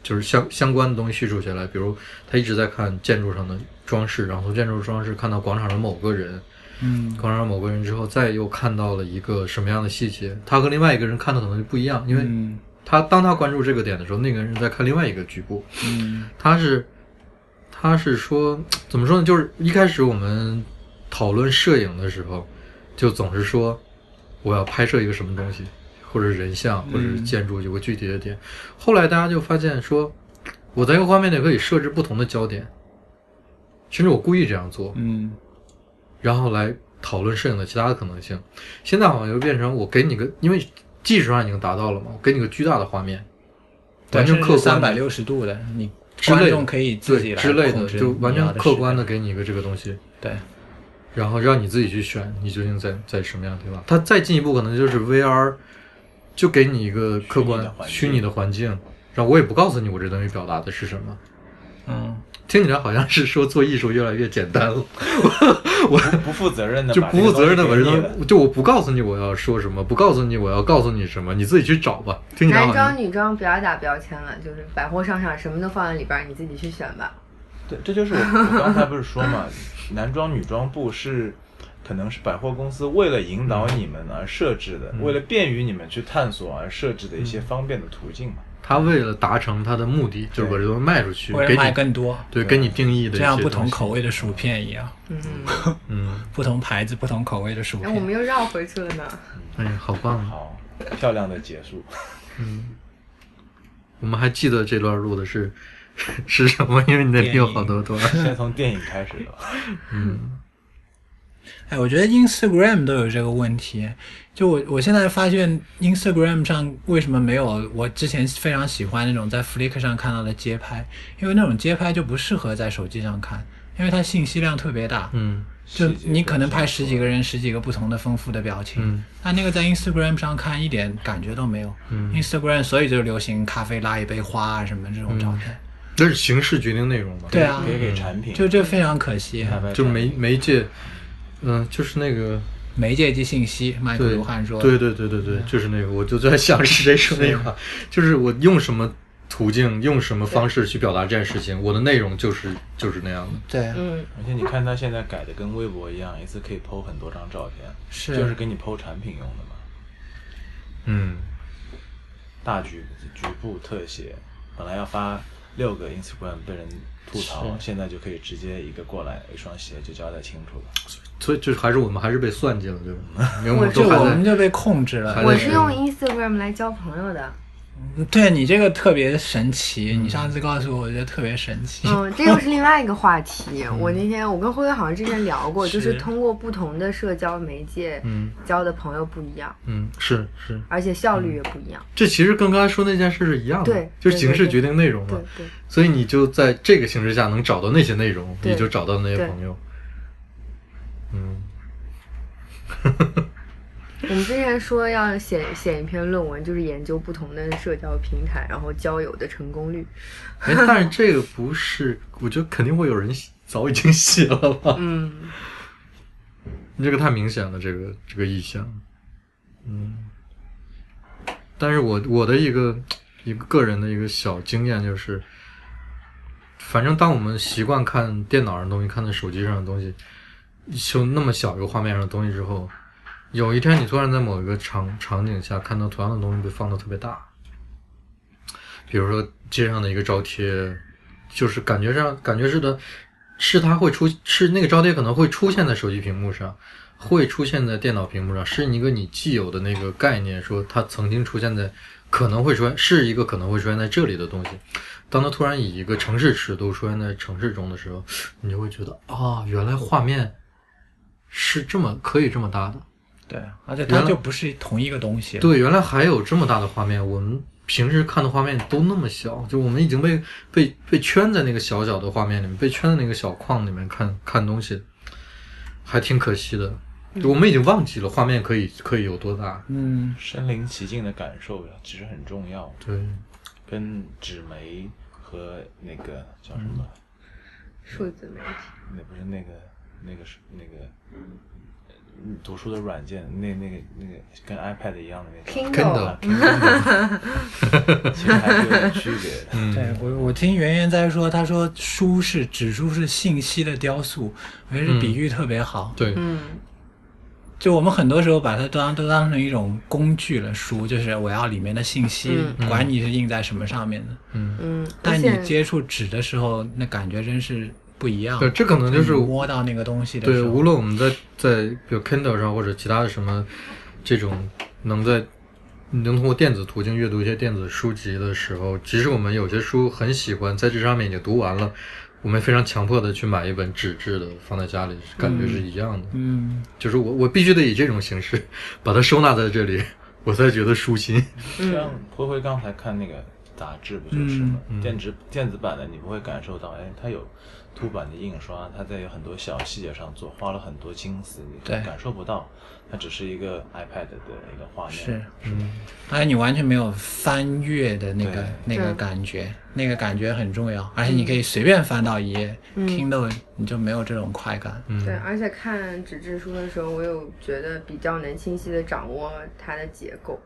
S1: 就是相 相关的东西叙述下来，比如他一直在看建筑上的装饰，然后从建筑装饰看到广场上某个人，
S4: 嗯
S1: 广场上某个人之后，再又看到了一个什么样的细节，他和另外一个人看的可能就不一样，因为
S4: 嗯
S1: 他当他关注这个点的时候，那个人在看另外一个局部。
S4: 嗯
S1: 他是他是说怎么说呢？就是一开始我们讨论摄影的时候，就总是说我要拍摄一个什么东西，或者人像，
S4: 嗯
S1: 或者是建筑，有个具体的点。后来大家就发现说，我在一个画面内可以设置不同的焦点，甚至我故意这样做，
S4: 嗯
S1: 然后来讨论摄影的其他的可能性。现在好像又变成我给你个，因为技术上已经达到了嘛，我给你个巨大的画面，完全客观
S4: 三
S1: 的
S4: 百六十度的，你
S1: 之类的
S4: 观众可以自己
S1: 对
S4: 来
S1: 之类
S4: 控
S1: 的，
S4: 制
S1: 就完全客观
S4: 的
S1: 的给你一个这个东西，
S4: 对，
S1: 然后让你自己去选，你究竟在在什么样的地方。它再进一步可能就是 VR，就给你一个客
S3: 虚拟
S1: 观
S3: 的环境
S1: 虚拟的环境，然后我也不告诉你我这东西表达的是什么。
S4: 嗯
S1: 听起来好像是说做艺术越来越简单 了，
S3: 不不负责任的，
S1: 就不负责任的把这
S3: 东
S1: 东
S3: 西给你了
S1: 西，就我不告诉你我要说什么，不告诉你我要告诉你什么，你自己去找吧。听起来
S2: 男
S1: 好像
S2: 装、女装不要打标签了，就是百货商场什么都放在里边儿，你自己去选吧。
S3: 对，这就是我我刚才不是说嘛，男装女装部是可能是百货公司为了引导你们而设置的，
S4: 嗯
S3: 为了便于你们去探索而设置的一些方便的途径嘛。
S1: 他为了达成他的目的，就是把这东西卖出去，
S4: 为
S1: 给
S4: 了卖
S1: 你
S4: 更多，
S1: 对给你定义的一
S4: 这样
S1: 些
S4: 不
S1: 东
S4: 同
S1: 西
S4: 口味的薯片一样，
S2: 嗯，
S1: 嗯。
S4: 不同牌子、不同口味的薯
S2: 哎，我们
S4: 片。
S2: 又绕回去了呢。
S1: 哎呀，好棒啊！
S3: 好，漂亮的结束。
S1: 我们还记得这段录的是是什么？因为你那里有好多段。
S3: 先从电影开始吧。
S4: 哎，我觉得 Instagram 都有这个问题。就我我现在发现 Instagram 上为什么没有我之前非常喜欢那种在 Flickr 上看到的街拍，因为那种街拍就不适合在手机上看，因为它信息量特别大。
S1: 嗯
S4: 就
S3: 十几个
S4: 你可能拍
S3: 人
S4: 十几个人，十几个不同的丰富的表情，
S1: 嗯
S4: 那、那个在 Instagram 上看一点感觉都没有。
S1: 嗯，
S4: Instagram 所以就流行咖啡拉一杯花啊什么这种照片，
S1: 那是形式决定内容吧？
S4: 对啊
S3: 可以给产品，
S4: 就这非常可惜。
S3: 拍拍
S1: 就
S3: 产
S1: 媒
S3: 品
S1: 媒介，嗯、就是那个
S4: 媒介及信息，麦克
S1: 对
S4: 卢汉说，嗯
S1: 对对对对对，就是那个，我就在想是谁说那句话，就是我用什么途径，用什么方式去表达这件事情，我的内容就是就是那样的。
S4: 对，
S2: 嗯，
S3: 而且你看他现在改的跟微博一样，一次可以 PO 很多张照片，
S4: 是
S3: 就是给你 PO 产品用的嘛，
S1: 嗯，
S3: 大局局部特写，本来要发六个 Instagram 被人吐槽，
S4: 是
S3: 现在就可以直接一个过来，一双鞋就交代清楚了。
S1: 所以就是还是我们还是被算计了，对 吧？因为我
S2: 我
S1: 们
S4: 就
S1: 都还
S4: 我们
S1: 在，
S4: 就被控制了
S1: 还。
S2: 我
S1: 在
S2: 是
S1: 学
S2: 用 Instagram 来交朋友 的。
S4: 对你这个特别神奇，
S1: 嗯
S4: 你上次告诉我，我觉得特别神奇。
S2: 嗯，这又是另外一个话题。
S4: 嗯
S2: 我那天我跟辉辉好像之前聊过，就是
S4: 是
S2: 通过不同的社交媒介
S1: 嗯
S2: 交的朋友不一样，
S1: 嗯，是是，
S2: 而且效
S4: 嗯
S2: 率也不一样。
S1: 这其实跟刚才说那件事是一样的，
S2: 对
S1: 就是形式
S2: 对对对
S1: 决定内容嘛。
S2: 对对，
S1: 所以你就在这个形式下能找到那些内容，
S2: 对
S1: 你就找到那些
S2: 对
S1: 朋友。嗯，
S2: 我们之前说要写写一篇论文，就是研究不同的社交平台，然后交友的成功率。
S1: 哎， 但是这个不是，我觉得肯定会有人写早已经写了吧？
S2: 嗯，
S1: 你这个太明显了，这个这个意向。嗯，但是我我的一个一个个人的一个小经验就是，反正当我们习惯看电脑上的东西，看在手机上的东西，就那么小一个画面上的东西之后，有一天你突然在某一个场场景下看到同样的东西被放到特别大，比如说街上的一个招贴，就是感觉上感觉是的，是它会出是那个招贴可能会出现在手机屏幕上，会出现在电脑屏幕上，是一个你既有的那个概念，说它曾经出现在可能会出现是一个可能会出现在这里的东西。当它突然以一个城市尺度出现在城市中的时候，你就会觉得啊，原来画面是这么可以这么搭的。
S4: 对，啊而且
S1: 原
S4: 它
S1: 来
S4: 就不是同一个东西。，
S1: 对，原来还有这么大的画面，我们平时看的画面都那么小，就我们已经被被被圈在那个小小的画面里面，被圈在那个小框里面看看东西，还挺可惜的。就我们已经忘记了画面可以可以有多大。
S4: 嗯，
S3: 身临其境的感受其实很重要，
S1: 对，
S3: 跟纸媒和那个叫什么，
S2: 数字媒体。
S3: 那不是那个那个是那个。嗯读书的软件，那那个那个跟 iPad 一样的那种
S2: Kindle
S3: 啊 Kindle 其实还是有点区别的。
S1: 嗯
S4: 对我我听圆圆在说，她说书是指书是信息的雕塑，
S1: 嗯
S4: 我觉得这比喻特别好。
S1: 对，
S2: 嗯，
S4: 就我们很多时候把它当都当成一种工具了，书就是我要里面的信息，
S1: 嗯
S4: 管你是印在什么上面的。
S1: 嗯，
S2: 嗯，而
S4: 但
S2: 且
S4: 你接触纸的时候，那感觉真是不一样。
S1: 对，这可能就是
S4: 你摸到那个东西的时
S1: 对，
S4: 候，
S1: 无论我们在在比如 Kindle 上或者其他的什么这种能在能通过电子途径阅读一些电子书籍的时候，即使我们有些书很喜欢，在这上面已经读完了，我们非常强迫的去买一本纸质的放在家里，感觉是一样的。
S4: 嗯，
S1: 就是我我必须得以这种形式 把它收纳在这里，我才觉得舒心。
S4: 嗯
S3: 像灰灰刚才看那个杂志不就是吗？
S1: 嗯嗯
S3: 电子电子版的你不会感受到，哎，它有凸版的印刷，它在有很多小细节上做，花了很多心思，你
S4: 对
S3: 感受不到，它只是一个 iPad 的一个画面。
S4: 是，
S1: 嗯，
S4: 而且你完全没有翻阅的那个那
S3: 对
S4: 个
S2: 对
S4: 感觉，那个感觉很重要，而且你可以随便翻到一页、
S2: 嗯
S4: k i n d l e 你就没有这种快感。
S1: 嗯
S2: 对，而且看纸质书的时候，我有觉得比较能清晰的掌握它的结构，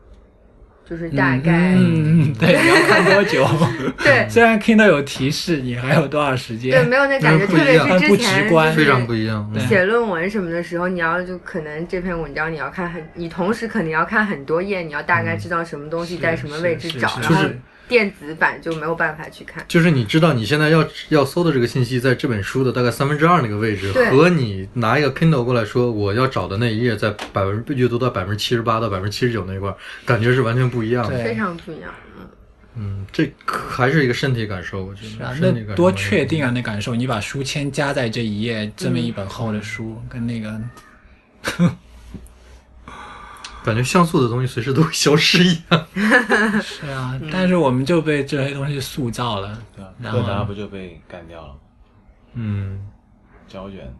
S2: 就是大概、
S4: 嗯，嗯对，你要看多久？
S2: 对
S4: 虽然 Kindle 有提示你还有多少时间，
S2: 对，没有那感觉，
S1: 不
S2: 特
S1: 一
S2: 别
S1: 样
S2: 是
S4: 不
S2: 之
S4: 直
S2: 前
S4: 观
S2: 就是
S1: 非常不一样。嗯
S2: 写论文什么的时候，你要就可能这篇文章你要看很，你同时肯定要看很多页，你要大概知道什么东西
S4: 嗯是
S2: 在什么
S4: 是
S2: 位置
S4: 是
S2: 找，
S4: 是
S2: 然后
S1: 是
S2: 电子版就没有办法去看。
S1: 就是你知道你现在要要搜的这个信息，在这本书的大概三分之二那个位置，
S2: 对
S1: 和你拿一个 Kindle 过来说我要找的那一页，在百分阅读到百分之七十八到百分之七十九那一块儿，感觉是完全不一样的。
S4: 对
S2: 非常不一样，嗯，
S1: 嗯，这可还是一个身体感受，我觉
S4: 是
S1: 得。
S4: 啊，
S1: 身体感受
S4: 那多确定啊！那感受，你把书签夹在这一页，这
S2: 嗯
S4: 么一本厚的书，跟那个
S1: 感觉像素的东西随时都会消失一样。
S4: 是啊，但是我们就被这些东西塑造了。
S3: 对啊，
S4: 然后
S3: 柯达不就被干掉了吗？
S1: 嗯，
S3: 胶卷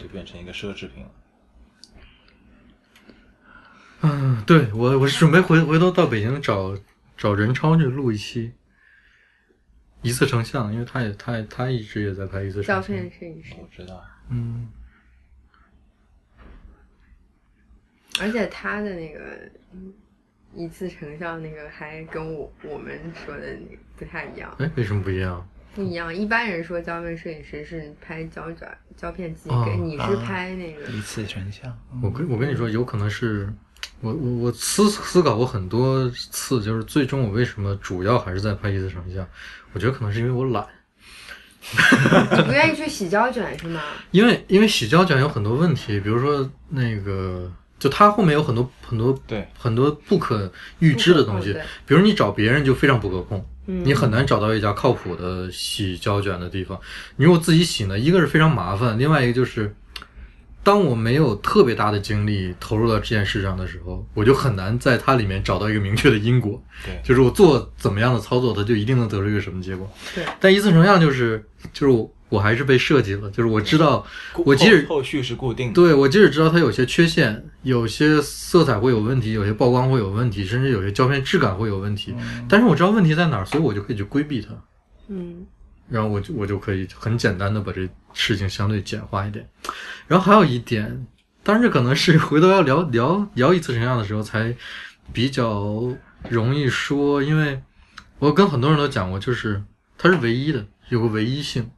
S3: 就变成一个奢侈品了。
S1: 嗯，对我我是准备回回头到北京找找任超去录一期一次成像，因为他也他也他一直也在拍一次成像
S2: 照片摄影师，
S3: 我知道，
S1: 嗯。
S2: 而且他的那个嗯一次成效那个还跟我我们说的那个不太一样，
S1: 哎，为什么不一样？
S2: 不一样。一般人说胶片摄影师是拍胶卷、胶片机
S1: 哦，
S2: 给你是
S4: 啊
S2: 拍那个
S4: 一次嗯成效。
S1: 我跟我跟你说，有可能是我我我思思考过很多次，就是最终我为什么主要还是在拍一次成像？我觉得可能是因为我懒，
S2: 你不愿意去洗胶卷是吗？
S1: 因为因为洗胶卷有很多问题，比如说那个，就它后面有很多很多
S3: 对
S1: 很多不可预知的东西
S2: 不可控对，
S1: 比如你找别人就非常不可控，
S2: 嗯，
S1: 你很难找到一家靠谱的洗胶卷的地方。你如果自己洗呢，一个是非常麻烦，另外一个就是，当我没有特别大的精力投入到这件事上的时候，我就很难在它里面找到一个明确的因果，
S3: 对
S1: 就是我做怎么样的操作，它就一定能得出一个什么结果。
S2: 对，
S1: 但一次成像就是就是我我还是被设计了，就是我知道我即使
S3: 后后续是固定的，
S1: 对我即使知道它有些缺陷，有些色彩会有问题，有些曝光会有问题，甚至有些胶片质感会有问题，但是我知道问题在哪儿，所以我就可以去规避它，
S2: 嗯，
S1: 然后我就我就可以很简单的把这事情相对简化一点。然后还有一点，当然这可能是回头要聊聊聊一次成像的时候才比较容易说，因为我跟很多人都讲过，就是它是唯一的，有个唯一性。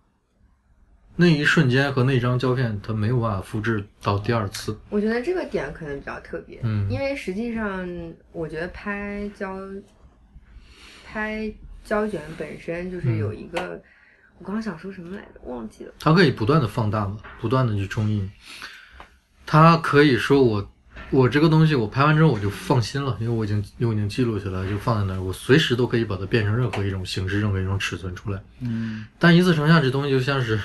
S1: 那一瞬间和那张胶片，它没有办法复制到第二次。
S2: 我觉得这个点可能比较特别，
S1: 嗯
S2: 因为实际上我觉得拍胶拍胶卷本身
S1: 嗯
S2: 就是有一个，我刚想说什么来着，忘记了。
S1: 它可以不断的放大嘛，不断的去冲印。它可以说我我这个东西我拍完之后我就放心了，因为我已经因为我已经记录下来，就放在那儿，我随时都可以把它变成任何一种形式、任何一种尺寸出来。
S4: 嗯，
S1: 但一次成像这东西就像是，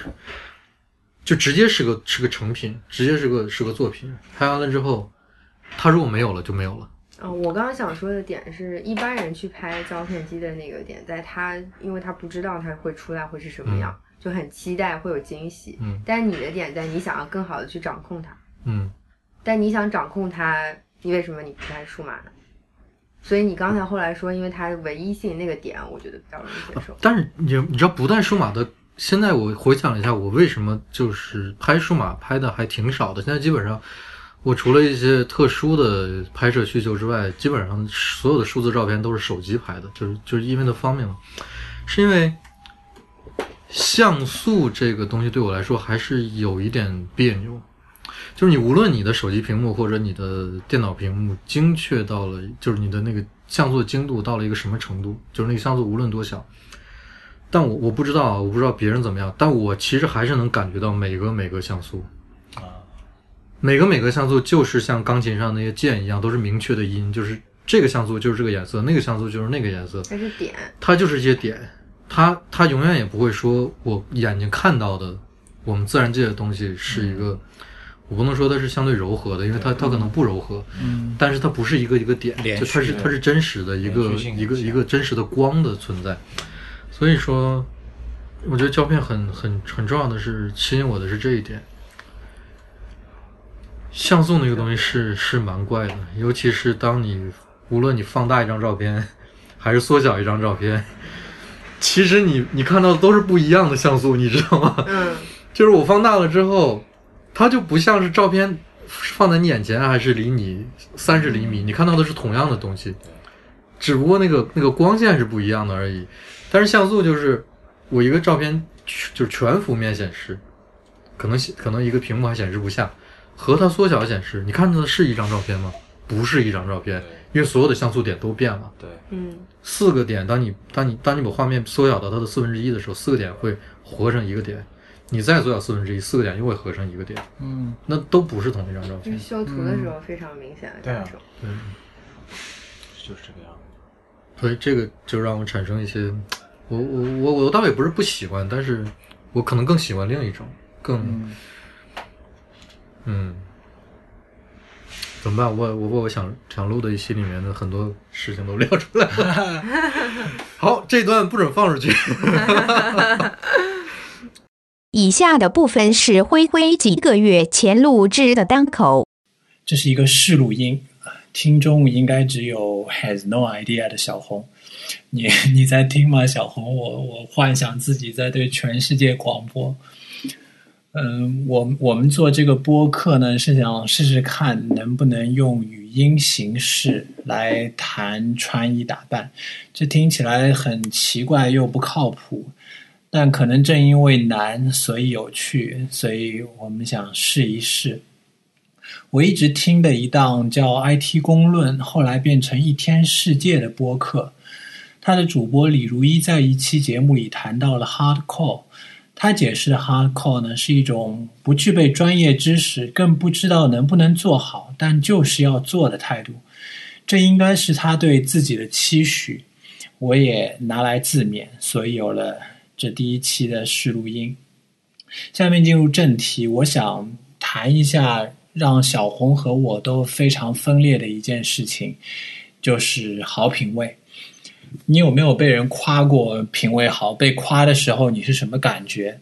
S1: 就直接是个是个成品，直接是个是个作品。拍完了之后，它如果没有了就没有了。
S2: 啊、我刚刚想说的点是，一般人去拍胶片机的那个点，在他因为他不知道他会出来会是什么样，就很期待会有惊喜。
S1: 嗯
S2: 但你的点在你想要更好的去掌控它，
S1: 嗯，
S2: 但你想掌控它，你为什么你不拍数码呢？所以你刚才后来说，因为它唯一性那个点，我觉得比较容易接受。
S1: 但是你你知道不带数码的，现在我回想了一下，我为什么就是拍数码拍的还挺少的。现在基本上，我除了一些特殊的拍摄需求之外，基本上所有的数字照片都是手机拍的，就是就是因为它方便嘛，是因为像素这个东西对我来说还是有一点别扭。就是你无论你的手机屏幕或者你的电脑屏幕精确到了，就是你的那个像素精度到了一个什么程度，就是那个像素无论多小，但我我不知道啊，我不知道别人怎么样，但我其实还是能感觉到每个每个像素，
S3: 啊，
S1: 每个每个像素就是像钢琴上那些键一样，都是明确的音，就是这个像素就是这个颜色，那个像素就是那个颜色，
S2: 但是点，
S1: 它就是一些点，它它永远也不会说我眼睛看到的，我们自然界的东西是
S3: 嗯
S1: 一个，我不能说它是相对柔和的，因为它它可能不柔和，
S4: 嗯，
S1: 但是它不是一个一个点，
S4: 连
S1: 就它
S4: 续
S1: 是
S3: 的
S1: 它是真实的一个
S3: 连续性
S1: 一个
S3: 很
S1: 一
S3: 强
S1: 个真实的光的存在，所以说，我觉得胶片很很很重要的是吸引我的是这一点。像素那个东西是是蛮怪的，尤其是当你无论你放大一张照片，还是缩小一张照片，其实你你看到的都是不一样的像素，你知道吗？
S2: 嗯，
S1: 就是我放大了之后，它就不像是照片放在你眼前，还是离你三十厘米，你看到的是同样的东西，只不过那个那个光线是不一样的而已。但是像素就是我一个照片全就是全幅面显示，可能显可能一个屏幕还显示不下，和它缩小显示，你看到的是一张照片吗？不是一张照片
S3: 对，
S1: 因为所有的像素点都变了。
S3: 对，
S2: 嗯，
S1: 四个点，当你当你当你把画面缩小到它的四分之一的时候，四个点会合成一个点，你再缩小四分之一，四个点又会合成一个点，
S4: 嗯，
S1: 那都不是同一张照
S2: 就是
S1: 片。
S2: 修图的时候非常明显的
S3: 对啊
S2: 感受。
S1: 对，
S3: 就是这个样子。
S1: 所以这个就让我产生一些，我我我我倒也不是不喜欢，但是我可能更喜欢另一种，更嗯
S4: 嗯
S1: 怎么办？我我把我想想录的一期里面的很多事情都聊出来了。 好，这段不准放出去。
S5: 以下的部分是灰灰几个月前录制的单口。
S4: 这是一个试录音，听众应该只有 has no idea 的小红。你 你在听吗，小红？我我幻想自己在对全世界广播。嗯，我我们做这个播客呢，是想试试看能不能用语音形式来谈穿衣打扮。这听起来很奇怪又不靠谱，但可能正因为难，所以有趣，所以我们想试一试。我一直听的一档叫《IT 公论》，后来变成《一天世界》的播客，它的主播李如一在一期节目里谈到了 hardcore。他解释的 hardcore 呢，是一种不具备专业知识，更不知道能不能做好，但就是要做的态度。这应该是他对自己的期许，我也拿来自勉，所以有了这第一期的试录音。下面进入正题，我想谈一下让小红和我都非常分裂的一件事情，就是好品味。你有没有被人夸过品味好？被夸的时候你是什么感觉？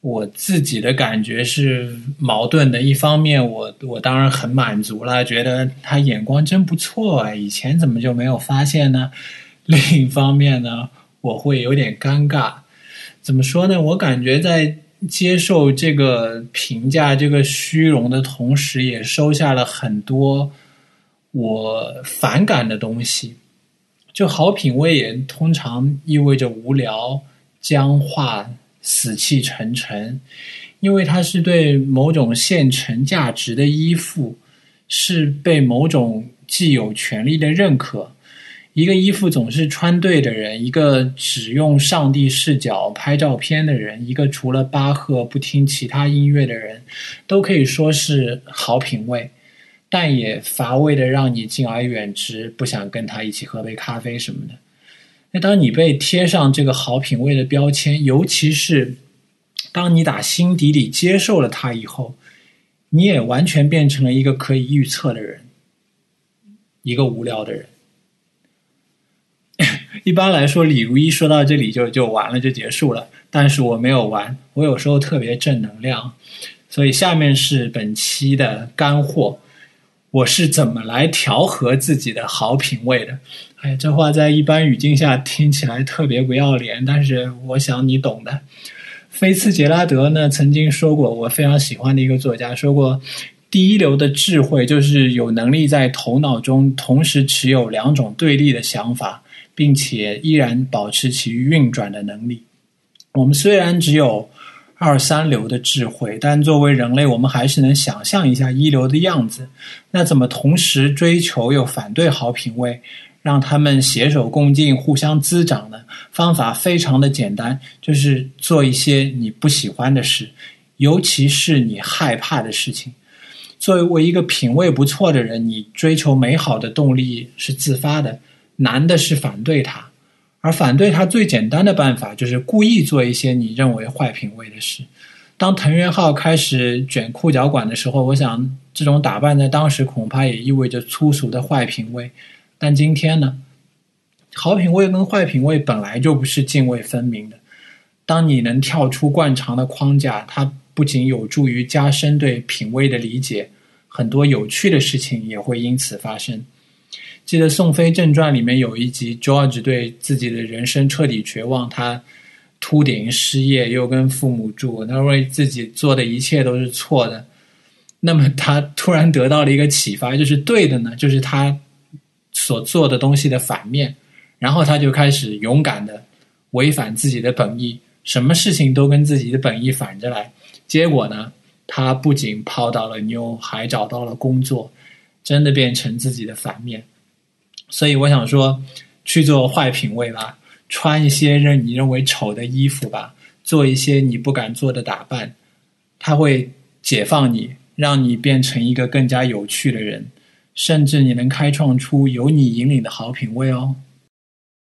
S4: 我自己的感觉是矛盾的。一方面我，我我当然很满足了，觉得他眼光真不错哎，以前怎么就没有发现呢？另一方面呢，我会有点尴尬。怎么说呢？我感觉在接受这个评价、这个虚荣的同时，也收下了很多我反感的东西。就好品味也通常意味着无聊、僵化、死气沉沉，因为它是对某种现成价值的依附，是被某种既有权利的认可。一个衣服总是穿对的人，一个只用上帝视角拍照片的人，一个除了巴赫不听其他音乐的人，都可以说是好品味。但也乏味的让你敬而远之，不想跟他一起喝杯咖啡什么的。那当你被贴上这个好品味的标签，尤其是当你打心底里接受了它以后，你也完全变成了一个可以预测的人，一个无聊的人。一般来说，李如一说到这里就就完了，就结束了。但是我没有完，我有时候特别正能量，所以下面是本期的干货。我是怎么来调和自己的好品味的？哎，这话在一般语境下听起来特别不要脸，但是我想你懂的。菲茨杰拉德呢曾经说过，我非常喜欢的一个作家说过，第一流的智慧就是有能力在头脑中同时持有两种对立的想法，并且依然保持其运转的能力。我们虽然只有二三流的智慧，但作为人类，我们还是能想象一下一流的样子。那怎么同时追求又反对好品味，让他们携手共进、互相滋长呢？方法非常的简单，就是做一些你不喜欢的事，尤其是你害怕的事情。作为一个品味不错的人，你追求美好的动力是自发的，难的是反对它。而反对它最简单的办法就是故意做一些你认为坏品味的事。当藤原浩开始卷裤脚管的时候，我想这种打扮在当时恐怕也意味着粗俗的坏品味。但今天呢，好品味跟坏品味本来就不是泾渭分明的。当你能跳出惯常的框架，它不仅有助于加深对品味的理解，很多有趣的事情也会因此发生。记得《宋飞正传》里面有一集，George 对自己的人生彻底绝望，他秃顶、失业，又跟父母住，他认为自己做的一切都是错的。那么他突然得到了一个启发，就是对的呢，就是他所做的东西的反面。然后他就开始勇敢的违反自己的本意，什么事情都跟自己的本意反着来。结果呢，他不仅泡到了妞，还找到了工作，真的变成自己的反面。所以我想说，去做坏品味吧，穿一些让你认为丑的衣服吧，做一些你不敢做的打扮，它会解放你，让你变成一个更加有趣的人，甚至你能开创出由你引领的好品味哦。